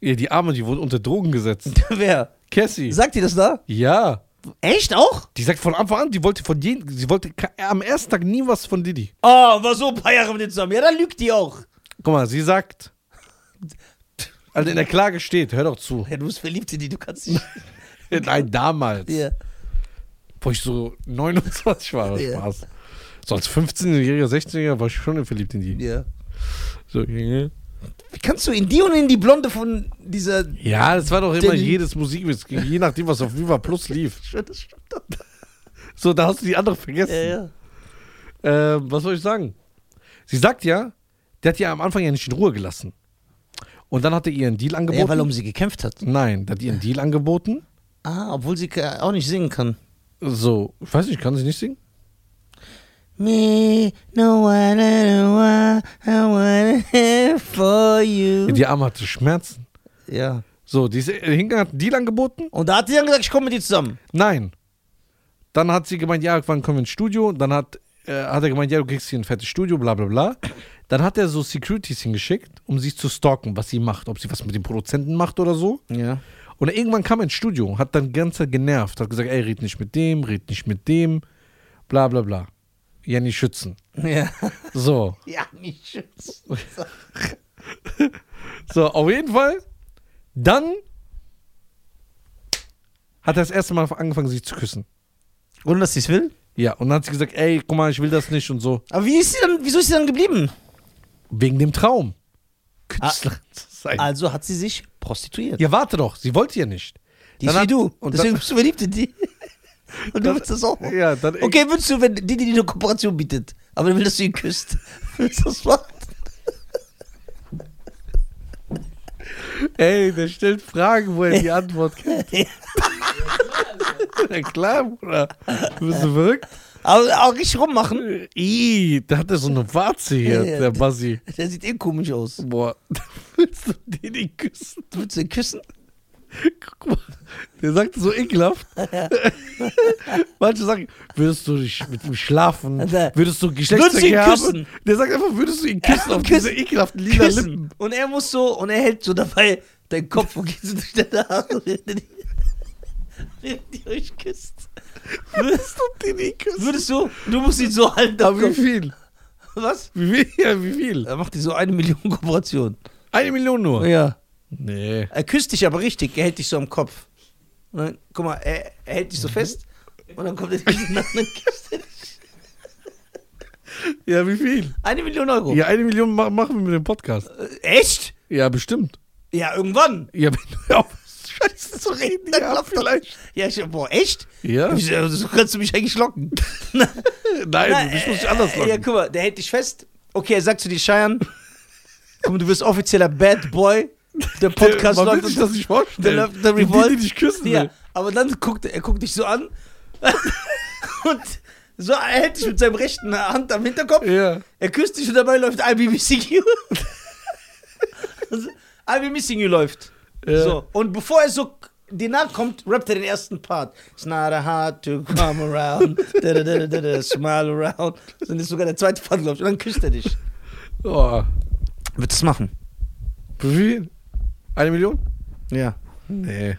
S2: Ja, die Arme, die wurden unter Drogen gesetzt.
S1: Wer?
S2: Cassie.
S1: Sagt ihr das da?
S2: ja.
S1: Echt auch?
S2: Die sagt von Anfang an, die wollte von jedem, sie wollte ka- am ersten Tag nie was von Didi.
S1: Ah, war so ein paar Jahre mit ihr zusammen. Ja, dann lügt die auch.
S2: Guck mal, sie sagt, also in der Klage steht, hör doch zu.
S1: Ja, du bist verliebt in die, du kannst nicht.
S2: Nein, damals,
S1: ja.
S2: wo ich so 29 war, das
S1: Ja.
S2: Spaß. So als 15-Jähriger, 16-Jähriger war ich schon verliebt in die.
S1: ja.
S2: So, ja.
S1: Wie kannst du in die und in die Blonde von dieser.
S2: ja, das war doch immer
S1: Denn-
S2: jedes Musikwiss, je nachdem, was auf Viva Plus lief.
S1: Das stimmt doch.
S2: So, da hast du die andere vergessen.
S1: Ja, ja.
S2: Ähm, was soll ich sagen? Sie sagt ja, der hat ja am Anfang ja nicht in Ruhe gelassen. Und dann hat er ihr einen Deal angeboten.
S1: Ja, weil er um sie gekämpft hat.
S2: Nein, der hat ihr einen Deal angeboten.
S1: Ah, obwohl sie ka- auch nicht singen kann.
S2: So, ich weiß nicht, kann sie nicht singen?
S1: Me, no one, no one, I want it for you.
S2: Ja, die Arme hatte Schmerzen.
S1: Ja.
S2: So, die ist äh, hingegangen, hat einen Deal angeboten.
S1: Und da hat sie dann gesagt, ich komme mit dir zusammen.
S2: Nein. Dann hat sie gemeint, ja, wann kommen wir ins Studio? Dann hat, äh, hat er gemeint, ja, du kriegst hier ein fettes Studio, bla bla bla. Dann hat er so Securities hingeschickt, um sie zu stalken, was sie macht. Ob sie was mit dem Produzenten macht oder so.
S1: Ja.
S2: Und irgendwann kam er ins Studio und hat dann die ganze Zeit genervt. Hat gesagt, ey, red nicht mit dem, red nicht mit dem, bla bla bla. Jenny Schützen.
S1: Ja.
S2: So,
S1: Ja, nicht schütz.
S2: so auf jeden Fall. Dann hat er das erste Mal angefangen, sie zu küssen.
S1: Ohne, dass sie es will.
S2: Ja, und dann hat sie gesagt, ey, guck mal, ich will das nicht und so.
S1: Aber wie ist sie dann, wieso ist sie dann geblieben?
S2: Wegen dem Traum. Künstler zu sein.
S1: Also hat sie sich prostituiert.
S2: Ja, warte doch, sie wollte ja nicht.
S1: Die ist
S2: Dann
S1: wie
S2: hat-
S1: du.
S2: und
S1: Deswegen bist du verliebt in die. Und du willst das auch.
S2: dann, ja, dann
S1: Okay, würdest du, wenn die, die dir eine Kooperation bietet, aber dann will, dass du ihn küsst, willst du das machen?
S2: Ey, der stellt Fragen, wo er die Antwort kennt.
S1: Ja.
S2: Na klar, Bruder. Du bist so verrückt.
S1: Aber auch richtig rummachen.
S2: Ih, da hat er so eine Warze hier,
S1: Ja.
S2: der Basi.
S1: Der sieht eh komisch aus.
S2: Boah, willst du den nicht küssen?
S1: Du willst ihn küssen?
S2: Guck mal, der sagt so ekelhaft. Manche sagen, würdest du dich mit ihm schlafen?
S1: Nee.
S2: Also,
S1: Würdest
S2: Würdest du
S1: du ihn
S2: Geschlechtsverkehr haben?
S1: küssen?
S2: Der sagt einfach, würdest du ihn küssen auf
S1: küssen.
S2: diese ekelhaften lila
S1: Küssen.
S2: Lippen?
S1: Und er muss so, und er hält so dabei deinen Kopf und geht so durch deine Haare, während ihr- während ihr euch küsst. Würdest,
S2: Würdest du den nicht küssen?
S1: würdest du, du musst ihn so halten. am
S2: Aber wie
S1: Kopf.
S2: viel?
S1: Was?
S2: Wie viel? Ja, wie viel?
S1: Er macht dir so eine Million Kooperation.
S2: Eine Million nur.
S1: Ja.
S2: Nee.
S1: Er küsst dich aber richtig, er hält dich so am Kopf. Und dann, guck mal, er, er hält
S2: Mhm.
S1: dich so fest und dann kommt er dich nach und küsst er dich.
S2: Ja, wie viel?
S1: Eine Million Euro.
S2: Oh. Ja, eine Million ma machen wir mit dem Podcast.
S1: Äh, Echt?
S2: Ja, bestimmt.
S1: Ja, irgendwann.
S2: Ja, wenn du auf Scheiße zu reden,
S1: Dann
S2: ja,
S1: klappt das.
S2: vielleicht.
S1: Ja, ich, boah, echt?
S2: Ja?
S1: Wieso so kannst du mich eigentlich locken? Nein,
S2: Nein, ich muss dich anders
S1: äh, Ja,
S2: locken.
S1: guck mal, der hält dich fest. Okay, er sagt zu dir, Scheiern, komm, du bist offizieller Bad Boy. Der Podcast
S2: Man will
S1: läuft
S2: sich
S1: und
S2: das nicht
S1: der
S2: vorstellen.
S1: läuft der
S2: Wie
S1: Revolt.
S2: Die, die dich küssen
S1: ja,
S2: will.
S1: aber dann guckt er, er guckt dich so an und so, er hält dich mit seinem rechten Hand am Hinterkopf.
S2: Ja.
S1: Er küsst dich und dabei läuft I'll be missing you. Also, I'll be missing you läuft.
S2: Ja.
S1: So. Und bevor er so k- dir nachkommt, rappt er den ersten Part. It's not hard to come around. da, da, da, da, da, smile around. Dann ist sogar der zweite Part läuft. Und dann küsst er dich.
S2: Oh.
S1: Würdest du es machen?
S2: Wie viel? Eine Million?
S1: Ja.
S2: Nee.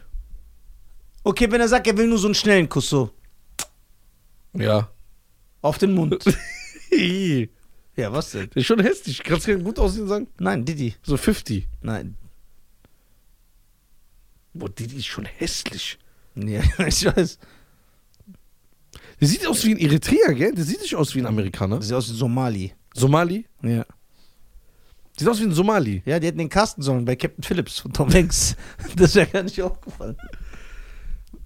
S1: Okay, wenn er sagt, er will nur so einen schnellen Kuss so.
S2: Ja.
S1: Auf den Mund.
S2: Ih,
S1: ja, was denn?
S2: das ist schon hässlich. Kannst du kein gut aussehen sagen?
S1: Nein, Didi.
S2: So 50.
S1: Nein.
S2: Boah, die, die ist schon hässlich.
S1: Ja, ich weiß.
S2: Die sieht aus wie ein Eritreer, gell? Die sieht nicht aus wie ein Amerikaner.
S1: Sieht aus wie Somali.
S2: Somali?
S1: Ja.
S2: Die sieht aus wie ein Somali.
S1: Ja, die hätten den Carsten-Song bei Captain Phillips von Tom Hanks. Das wäre gar nicht aufgefallen.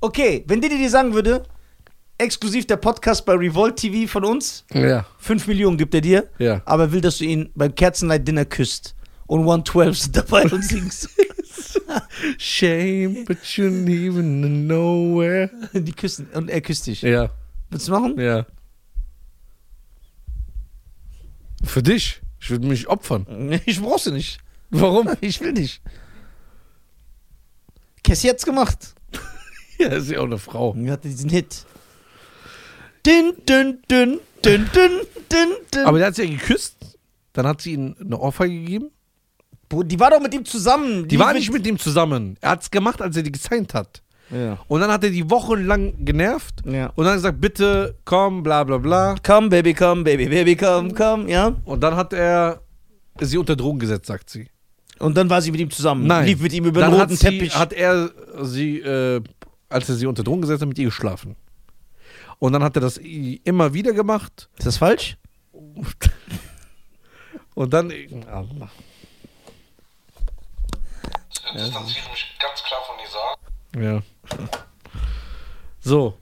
S1: Okay, wenn Didi dir sagen würde, exklusiv der Podcast bei Revolt TV von uns,
S2: Ja.
S1: 5 Millionen gibt er dir,
S2: Ja.
S1: aber er will, dass du ihn beim Kerzenlight-Dinner küsst und 112 dabei und singst.
S2: Shame, but you need even know where.
S1: Die küssen und er küsst dich.
S2: Ja,
S1: Willst du machen?
S2: ja. Für dich. Ich würde mich opfern.
S1: Ich brauch sie nicht.
S2: Warum?
S1: Ich will nicht. Cassie hat's gemacht.
S2: Ja, ist ja auch eine Frau.
S1: Und hatte diesen Hit. Dün, dün, dün, dün, dün, dün, dün.
S2: Aber der hat sie ja geküsst. Dann hat sie ihm eine Ohrfeige gegeben.
S1: Bro, die war doch mit ihm zusammen.
S2: Die war nicht mit ihm zusammen. Er hat es gemacht, als er die gezeigt hat.
S1: Ja.
S2: Und dann hat er die wochenlang genervt.
S1: Ja.
S2: Und dann gesagt, bitte komm, bla bla bla.
S1: Come, Baby, come, Baby, Baby, come, come, ja.
S2: Und dann hat er sie unter Drogen gesetzt, sagt sie.
S1: Und dann war sie mit ihm zusammen.
S2: Nein.
S1: Lief mit ihm über
S2: dann
S1: den
S2: hat
S1: roten
S2: sie,
S1: Teppich.
S2: Hat er sie, äh, als er sie unter Drogen gesetzt hat, mit ihr geschlafen. Und dann hat er das i- immer wieder gemacht.
S1: Ist das falsch?
S2: Und dann. Allah.
S4: Ich distanziere mich ganz klar von Nizar.
S2: Ja. So.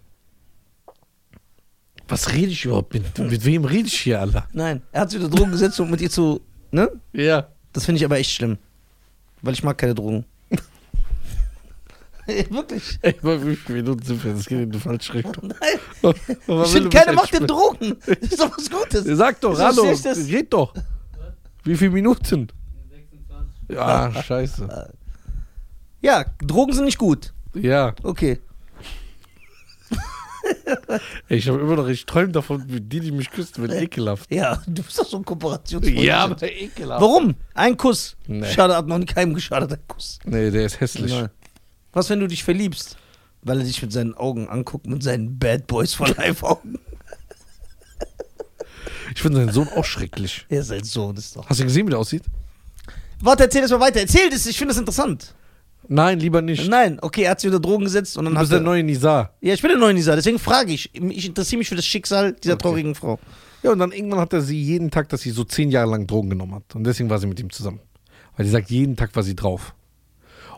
S2: Was rede ich überhaupt? Mit, mit wem rede ich hier, Allah?
S1: Nein. Er hat sie unter Drogen gesetzt, um mit ihr zu. Ne?
S2: Ja.
S1: Das finde ich aber echt schlimm. Weil ich mag keine Drogen. Wirklich?
S2: Ey, bei wie vielen Minuten sind wir? Das geht in die falsche Richtung.
S1: Nein.
S2: Was
S1: Ich
S2: will
S1: finde,
S2: du mit
S1: keiner macht den
S2: Entsp-
S1: Drogen. Das ist doch was Gutes.
S2: Sag doch,
S1: Wieso
S2: hallo.
S1: sehe ich das?
S2: Red doch. Wie viele Minuten?
S3: 26.
S2: Ja, scheiße.
S1: Ja, Drogen sind nicht gut.
S2: Ja.
S1: Okay.
S2: Ey, Ich habe immer noch, ich träume davon, wie die, die mich küssen, wird ekelhaft.
S1: Ja, du bist doch so ein Kooperationsfreund.
S2: ekelhaft.
S1: Warum? Ein Kuss.
S2: Nee.
S1: Schade, hat noch keinem geschadet, ein Kuss.
S2: Nee, der ist hässlich.
S1: Nein. Was, wenn du dich verliebst? Weil er dich mit seinen Augen anguckt, mit seinen Bad Boys for Life Augen.
S2: Ich finde seinen Sohn auch schrecklich.
S1: Er ist ein Sohn, ist doch.
S2: Hast du gesehen, wie der aussieht?
S1: Warte, erzähl das mal weiter. Erzähl das, ich finde das interessant.
S2: Nein, lieber nicht.
S1: Nein, okay, er hat sich unter Drogen gesetzt und dann
S2: Du
S1: hat
S2: bist der neue Nizar.
S1: Ja, ich bin der neue Nisa, deswegen frage ich. Ich interessiere mich für das Schicksal dieser traurigen Frau.
S2: Ja, und dann irgendwann hat er sie jeden Tag, dass sie so zehn Jahre lang Drogen genommen hat. Und deswegen war sie mit ihm zusammen. Weil sie sagt, jeden Tag war sie drauf.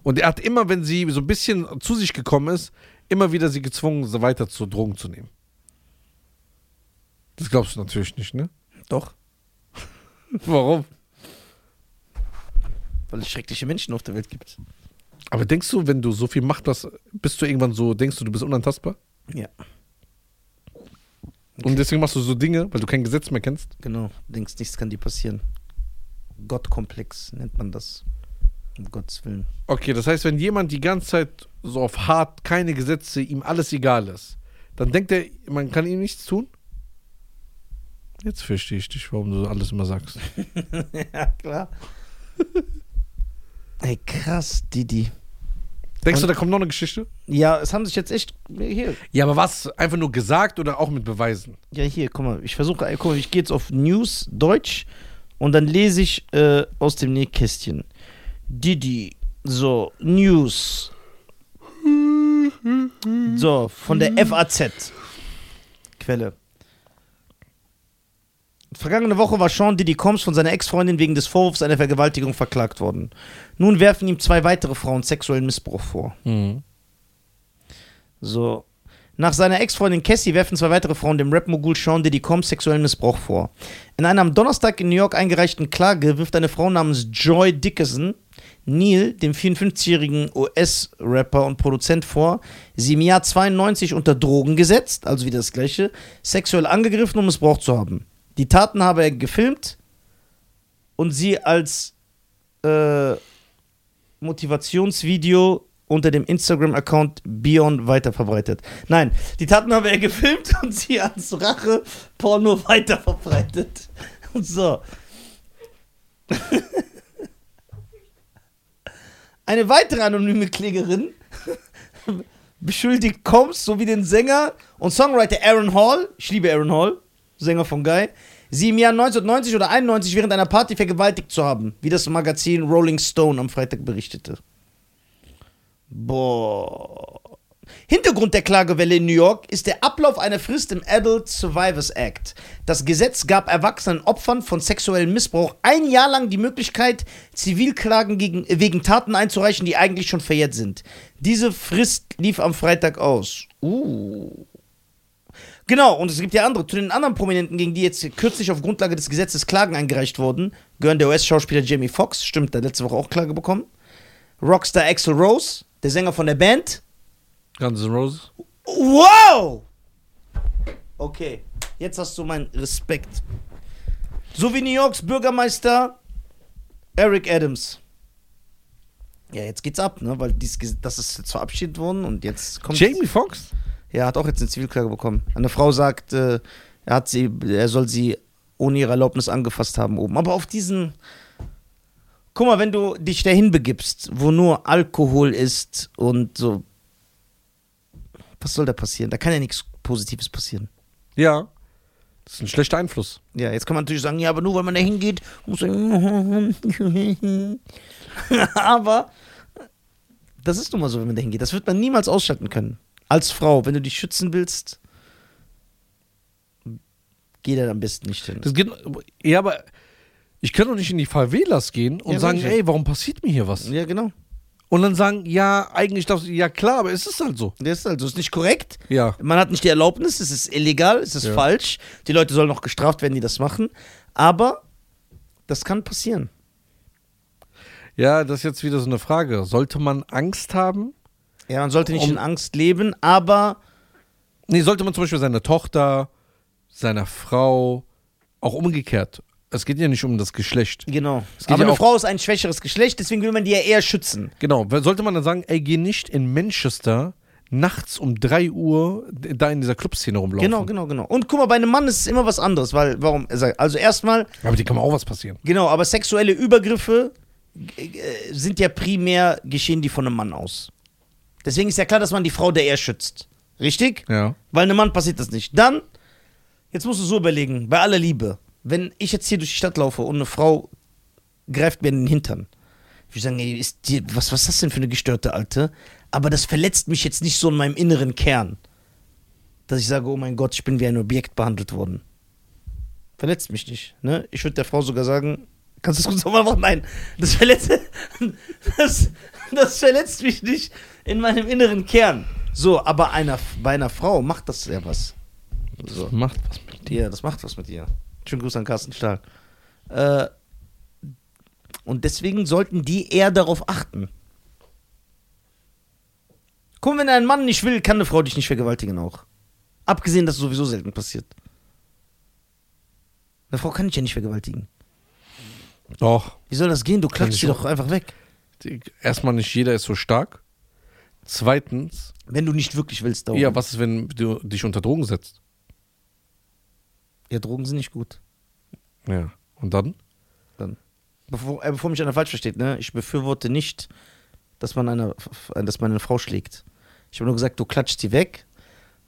S2: Und er hat immer, wenn sie so ein bisschen zu sich gekommen ist, immer wieder sie gezwungen, so weiter zu Drogen zu nehmen. Das glaubst du natürlich nicht, ne?
S1: Doch,
S2: Warum?
S1: weil es schreckliche Menschen auf der Welt gibt.
S2: Aber denkst du, wenn du so viel Macht hast, bist du irgendwann so, denkst du, du bist unantastbar?
S1: Ja,
S2: Und deswegen machst du so Dinge, weil du kein Gesetz mehr kennst?
S1: genau. Denkst, nichts kann dir passieren. Gottkomplex nennt man das. Um Gottes Willen.
S2: Okay, das heißt, wenn jemand die ganze Zeit so auf hart, keine Gesetze, ihm alles egal ist, dann denkt er, man kann ihm nichts tun? Jetzt verstehe ich dich, warum du alles immer sagst.
S1: ja, klar. Ey, krass, Didi.
S2: Denkst du, da kommt noch eine Geschichte?
S1: Ja, es haben sich jetzt echt. Hier.
S2: Ja, aber was? Einfach nur gesagt oder auch mit Beweisen?
S1: Ja, hier, guck mal. Ich versuche, ey, guck mal, ich gehe jetzt auf News Deutsch und dann lese ich äh, aus dem Nähkästchen. Didi. So, News. So, von der FAZ. Quelle. Vergangene Woche war Sean Diddy Combs von seiner Ex-Freundin wegen des Vorwurfs einer Vergewaltigung verklagt worden. Nun werfen ihm zwei weitere Frauen sexuellen Missbrauch vor.
S2: Mhm.
S1: So. Nach seiner Ex-Freundin Cassie werfen zwei weitere Frauen dem Rap-Mogul Sean Diddy Combs sexuellen Missbrauch vor. In einer am Donnerstag in New York eingereichten Klage wirft eine Frau namens Joy Dickerson Neil, dem 54-jährigen US-Rapper und Produzent, vor, sie im Jahr 92 unter Drogen gesetzt, also wieder das gleiche, sexuell angegriffen und missbraucht zu haben. Die Taten habe er gefilmt und sie als äh, Motivationsvideo unter dem Instagram-Account Beyond weiterverbreitet. Nein, die Taten habe er gefilmt und sie als Rache Porno weiterverbreitet. Und so. Eine weitere anonyme Klägerin beschuldigt Combs sowie den Sänger und Songwriter Aaron Hall, ich liebe Aaron Hall, Sänger von Guy, sie im Jahr 1990 oder 91 während einer Party vergewaltigt zu haben, wie das Magazin Rolling Stone am Freitag berichtete. Boah. Hintergrund der Klagewelle in New York ist der Ablauf einer Frist im Adult Survivors Act. Das Gesetz gab erwachsenen Opfern von sexuellem Missbrauch ein Jahr lang die Möglichkeit, Zivilklagen gegen, äh, wegen Taten einzureichen, die eigentlich schon verjährt sind. Diese Frist lief am Freitag aus. Uh. Genau, und es gibt ja andere. Zu den anderen Prominenten, gegen die jetzt kürzlich auf Grundlage des Gesetzes Klagen eingereicht wurden, gehören der US-Schauspieler Jamie Foxx, stimmt, der hat letzte Woche auch Klage bekommen, Rockstar Axel Rose, der Sänger von der Band,
S2: Guns N' Roses.
S1: Wow! Okay, jetzt hast du meinen Respekt. So wie New Yorks Bürgermeister Eric Adams. Ja, jetzt geht's ab, ne? Weil dies, Ges- das ist jetzt verabschiedet worden und jetzt kommt.
S2: Jamie Foxx?
S1: Ja, hat auch jetzt eine Zivilklage bekommen. Eine Frau sagt, äh, er, hat sie, er soll sie ohne ihre Erlaubnis angefasst haben oben. Aber auf diesen. Guck mal, wenn du dich dahin begibst, wo nur Alkohol ist und so. Was soll da passieren? Da kann ja nichts Positives passieren.
S2: Ja. Das ist ein schlechter Einfluss.
S1: Ja, jetzt kann man natürlich sagen, ja, aber nur weil man da hingeht, muss man. aber das ist nun mal so, wenn man da hingeht. Das wird man niemals ausschalten können. Als Frau, wenn du dich schützen willst, geh da am besten nicht hin.
S2: Das geht, ja, aber ich kann doch nicht in die Favelas gehen und
S1: Ja,
S2: sagen,
S1: wirklich.
S2: ey, warum passiert mir hier was?
S1: ja, genau.
S2: Und dann sagen, ja, eigentlich darfst du, ja klar, aber es ist halt so.
S1: Das ist also ist nicht korrekt.
S2: Ja.
S1: Man hat nicht die Erlaubnis, es ist illegal, es ist
S2: Ja.
S1: falsch. Die Leute sollen noch gestraft werden, die das machen. Aber das kann passieren.
S2: Ja, das ist jetzt wieder so eine Frage. Sollte man Angst haben?
S1: Ja, man sollte nicht
S2: Um-
S1: in Angst leben, aber
S2: Nee, sollte man zum Beispiel seiner Tochter, seiner Frau, auch umgekehrt. Es geht ja nicht um das Geschlecht.
S1: Genau.
S2: Es geht
S1: Aber
S2: ja
S1: eine
S2: auch-
S1: Frau ist ein schwächeres Geschlecht, deswegen will man die ja eher schützen.
S2: Genau, weil sollte man dann sagen, ey, geh nicht in Manchester nachts um 3 Uhr d- da in dieser Clubszene rumlaufen.
S1: Genau, genau, genau. Und guck mal, bei einem Mann ist es immer was anderes, weil, warum? Also erstmal,
S2: Aber die kann auch was passieren.
S1: genau, aber sexuelle Übergriffe äh, sind ja primär, geschehen die von einem Mann aus. Deswegen ist ja klar, dass man die Frau der eher schützt. Richtig?
S2: Ja.
S1: Weil einem Mann passiert das nicht. Dann, jetzt musst du so überlegen, bei aller Liebe, wenn ich jetzt hier durch die Stadt laufe und eine Frau greift mir in den Hintern, ich würde sagen, ey, ist dir, was, was ist das denn für eine gestörte Alte? Aber das verletzt mich jetzt nicht so in meinem inneren Kern, dass ich sage, oh mein Gott, ich bin wie ein Objekt behandelt worden. Verletzt mich nicht. Ne? Ich würde der Frau sogar sagen, kannst du das kurz nochmal machen? Nein, das verletzt, das, das verletzt mich nicht in meinem inneren Kern. So, aber einer, bei einer Frau macht das ja was. So.
S2: Macht was mit dir.
S1: Ja, das macht was mit dir. Schönen Gruß an Carsten Stahl. Äh, und deswegen sollten die eher darauf achten. Komm, wenn ein Mann nicht will, kann eine Frau dich nicht vergewaltigen auch. Abgesehen, dass es sowieso selten passiert. Eine Frau kann dich ja nicht vergewaltigen.
S2: Doch.
S1: Wie soll das gehen? Du
S2: ich
S1: klatschst sie
S2: auch.
S1: doch einfach weg.
S2: Die- Erstmal nicht jeder ist so stark. Zweitens,
S1: Wenn du nicht wirklich willst, dauern.
S2: ja, was ist, wenn du dich unter Drogen setzt?
S1: ja Drogen sind nicht gut.
S2: Ja. Und dann?
S1: Dann. Bevor, äh, bevor mich einer falsch versteht, ne? Ich befürworte nicht, dass man eine, äh, dass man eine Frau schlägt. Ich habe nur gesagt, du klatscht sie weg,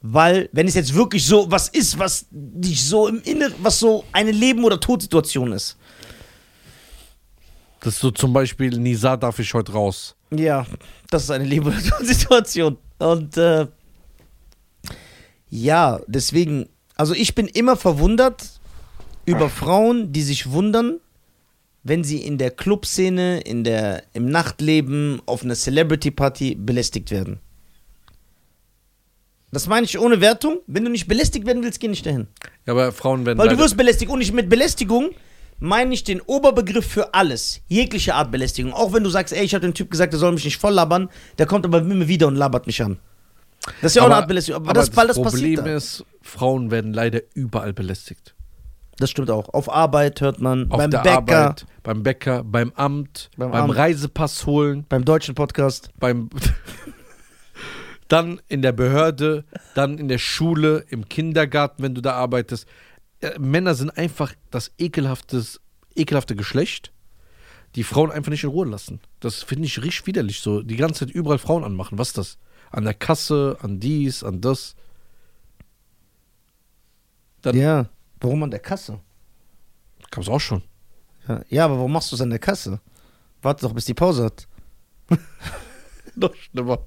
S1: weil, wenn es jetzt wirklich so was ist, was dich so im Inneren, was so eine Leben- oder Todsituation ist.
S2: Das ist so zum Beispiel, Nisa darf ich heute raus.
S1: Ja, das ist eine Leben- oder Todsituation. Und äh, ja, deswegen, also ich bin immer verwundert über Frauen, die sich wundern, wenn sie in der Clubszene, in der, im Nachtleben, auf einer Celebrity-Party belästigt werden. Das meine ich ohne Wertung. Wenn du nicht belästigt werden willst, geh nicht dahin.
S2: Ja, aber Frauen werden.
S1: Weil du
S2: leider-
S1: wirst belästigt. Und ich mit Belästigung meine ich den Oberbegriff für alles. Jegliche Art Belästigung. Auch wenn du sagst, ey, ich habe dem Typ gesagt, der soll mich nicht voll labern, der kommt aber immer wieder und labert mich an. Das ist ja auch eine Art Belästigung. Aber, das, weil das
S2: Problem
S1: passiert. dann.
S2: ist, Frauen werden leider überall belästigt.
S1: das stimmt auch. Auf Arbeit hört man,
S2: Auf
S1: beim
S2: der
S1: Bäcker,
S2: Arbeit, beim Bäcker, beim Amt,
S1: Beim
S2: beim,
S1: Amt.
S2: Reisepass holen,
S1: beim deutschen Podcast.
S2: beim dann in der Behörde, dann in der Schule, im Kindergarten, wenn du da arbeitest. Äh, Männer sind einfach das ekelhaftes, ekelhafte Geschlecht. die Frauen einfach nicht in Ruhe lassen. Das finde ich richtig widerlich. So die ganze Zeit überall Frauen anmachen. Was ist das? An der Kasse, an dies, an das. Dann-
S1: Ja. Warum an der Kasse?
S2: Gab's auch schon.
S1: Ja, Ja, aber warum machst du es an der Kasse? Warte doch, bis die Pause hat.
S2: Noch schlimmer.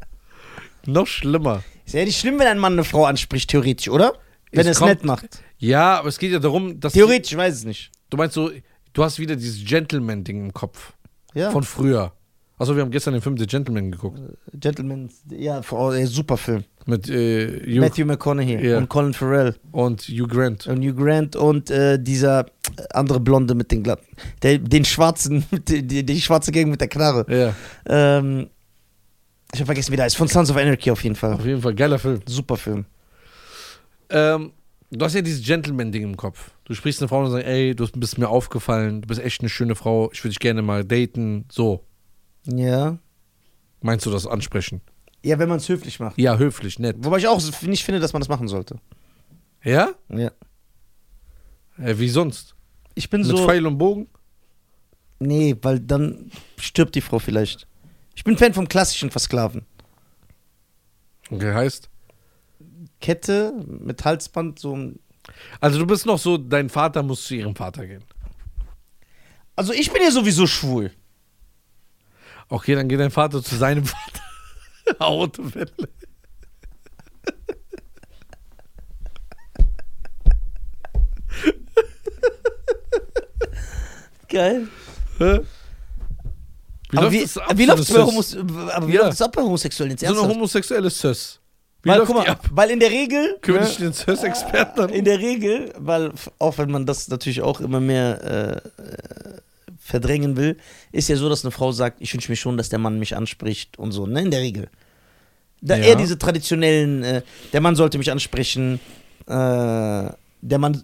S2: Noch schlimmer.
S1: Ist ja nicht schlimm, wenn ein Mann eine Frau anspricht, theoretisch, oder? Wenn
S2: Es
S1: er es
S2: kommt-
S1: nett macht.
S2: Ja, aber es geht ja darum, dass.
S1: Theoretisch, ich weiß es nicht.
S2: Du meinst so, du hast wieder dieses Gentleman-Ding im Kopf.
S1: Ja.
S2: Von früher. Achso, wir haben gestern den Film The Gentleman geguckt.
S1: Gentleman, ja, Frau- äh, super Film.
S2: Mit äh, Hugh
S1: Matthew McConaughey
S2: Ja.
S1: und Colin Farrell
S2: und Hugh Grant.
S1: und Hugh Grant und äh, dieser andere Blonde mit den glatten, der, den schwarzen, die, die, die schwarze Gegend mit der Knarre.
S2: Ja,
S1: Ähm, ich habe vergessen, wie der ist. Von Sons of Anarchy auf jeden Fall.
S2: auf jeden Fall. Geiler Film.
S1: Super Film.
S2: Ähm, du hast ja dieses Gentleman-Ding im Kopf. Du sprichst eine Frau und sagst, ey, du bist mir aufgefallen, du bist echt eine schöne Frau, ich würde dich gerne mal daten. So.
S1: Ja.
S2: Meinst du das ansprechen?
S1: Ja, wenn man es höflich macht.
S2: Ja, höflich, nett.
S1: Wobei ich auch nicht finde, dass man das machen sollte.
S2: Ja?
S1: Ja.
S2: Äh, wie sonst?
S1: Ich bin
S2: Mit
S1: so.
S2: Pfeil und Bogen?
S1: Nee, weil dann stirbt die Frau vielleicht. Ich bin Fan vom klassischen Versklaven.
S2: Okay, heißt.
S1: Kette mit Halsband, so. um-
S2: Also du bist noch so, dein Vater muss zu ihrem Vater gehen.
S1: Also ich bin ja sowieso schwul.
S2: Okay, dann geht dein Vater zu seinem Vater. Autowelle.
S1: Geil.
S2: Hä? Wie
S1: aber
S2: läuft
S1: wie,
S2: das ab,
S1: wie
S2: so
S1: läuft es
S2: eine
S1: bei,
S2: Sis?
S1: Homos aber wie
S2: Ja.
S1: läuft es ab bei Homosexuellen jetzt
S2: So eine
S1: ernsthaft?
S2: homosexuelle Sis. Wie
S1: weil,
S2: läuft
S1: guck mal,
S2: die ab?
S1: weil in der Regel,
S2: Können wir
S1: ne,
S2: nicht den Sis-Experten
S1: in der Regel, weil f- auch wenn man das natürlich auch immer mehr äh, äh, verdrängen will, ist ja so, dass eine Frau sagt, ich wünsche mir schon, dass der Mann mich anspricht und so, ne, in der Regel. Da
S2: Ja.
S1: eher diese traditionellen, äh, der Mann sollte mich ansprechen, äh, der Mann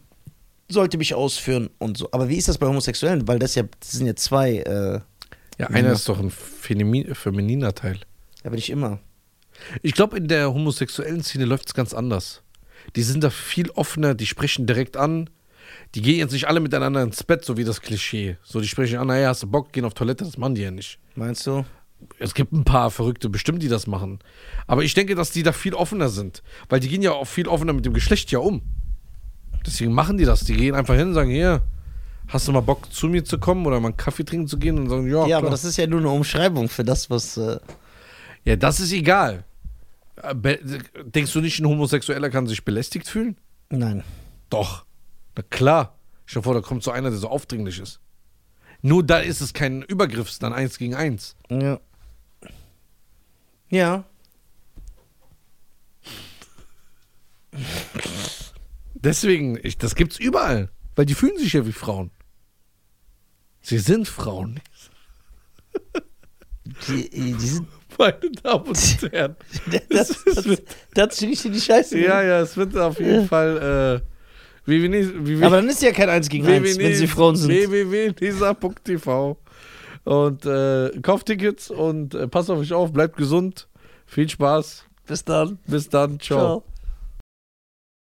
S1: sollte mich ausführen und so. Aber wie ist das bei Homosexuellen? Weil das ja, das sind ja zwei, äh,
S2: Ja, einer ist doch ein Femini- femininer Teil.
S1: da bin ich immer.
S2: Ich glaube, in der homosexuellen Szene läuft es ganz anders. Die sind da viel offener, die sprechen direkt an. Die gehen jetzt nicht alle miteinander ins Bett, so wie das Klischee. So, die sprechen an, naja, hast du Bock, gehen auf Toilette, das machen die ja nicht.
S1: Meinst du?
S2: Es gibt ein paar Verrückte bestimmt, die das machen. Aber ich denke, dass die da viel offener sind. Weil die gehen ja auch viel offener mit dem Geschlecht ja um. Deswegen machen die das. Die gehen einfach hin und sagen, hier, hast du mal Bock, zu mir zu kommen oder mal einen Kaffee trinken zu gehen? Und sagen, ja,
S1: ja,
S2: klar.
S1: aber das ist ja nur eine Umschreibung für das, was. Äh,
S2: Ja, das ist egal. Äh, be- Denkst du nicht, ein Homosexueller kann sich belästigt fühlen?
S1: nein.
S2: Doch. Na klar. Stell dir vor, da kommt so einer, der so aufdringlich ist. Nur da ist es kein Übergriff, es ist dann eins gegen eins.
S1: Ja. Ja.
S2: Deswegen, ich, das gibt's überall. Weil die fühlen sich ja wie Frauen. Sie sind Frauen.
S1: Die, die sind,
S2: Meine Damen und Herren.
S1: das das, das finde ich die Scheiße.
S2: ja, ja, es wird auf jeden Fall. Äh, wie, wie, wie, wie,
S1: Aber dann ist ja kein Eins gegen Eins, wenn sie Frauen sind.
S2: www.nisa.tv und äh, kauft Tickets und äh, passt auf euch auf, bleibt gesund, viel Spaß,
S1: Bis dann.
S2: bis dann, ciao.
S1: Ciao.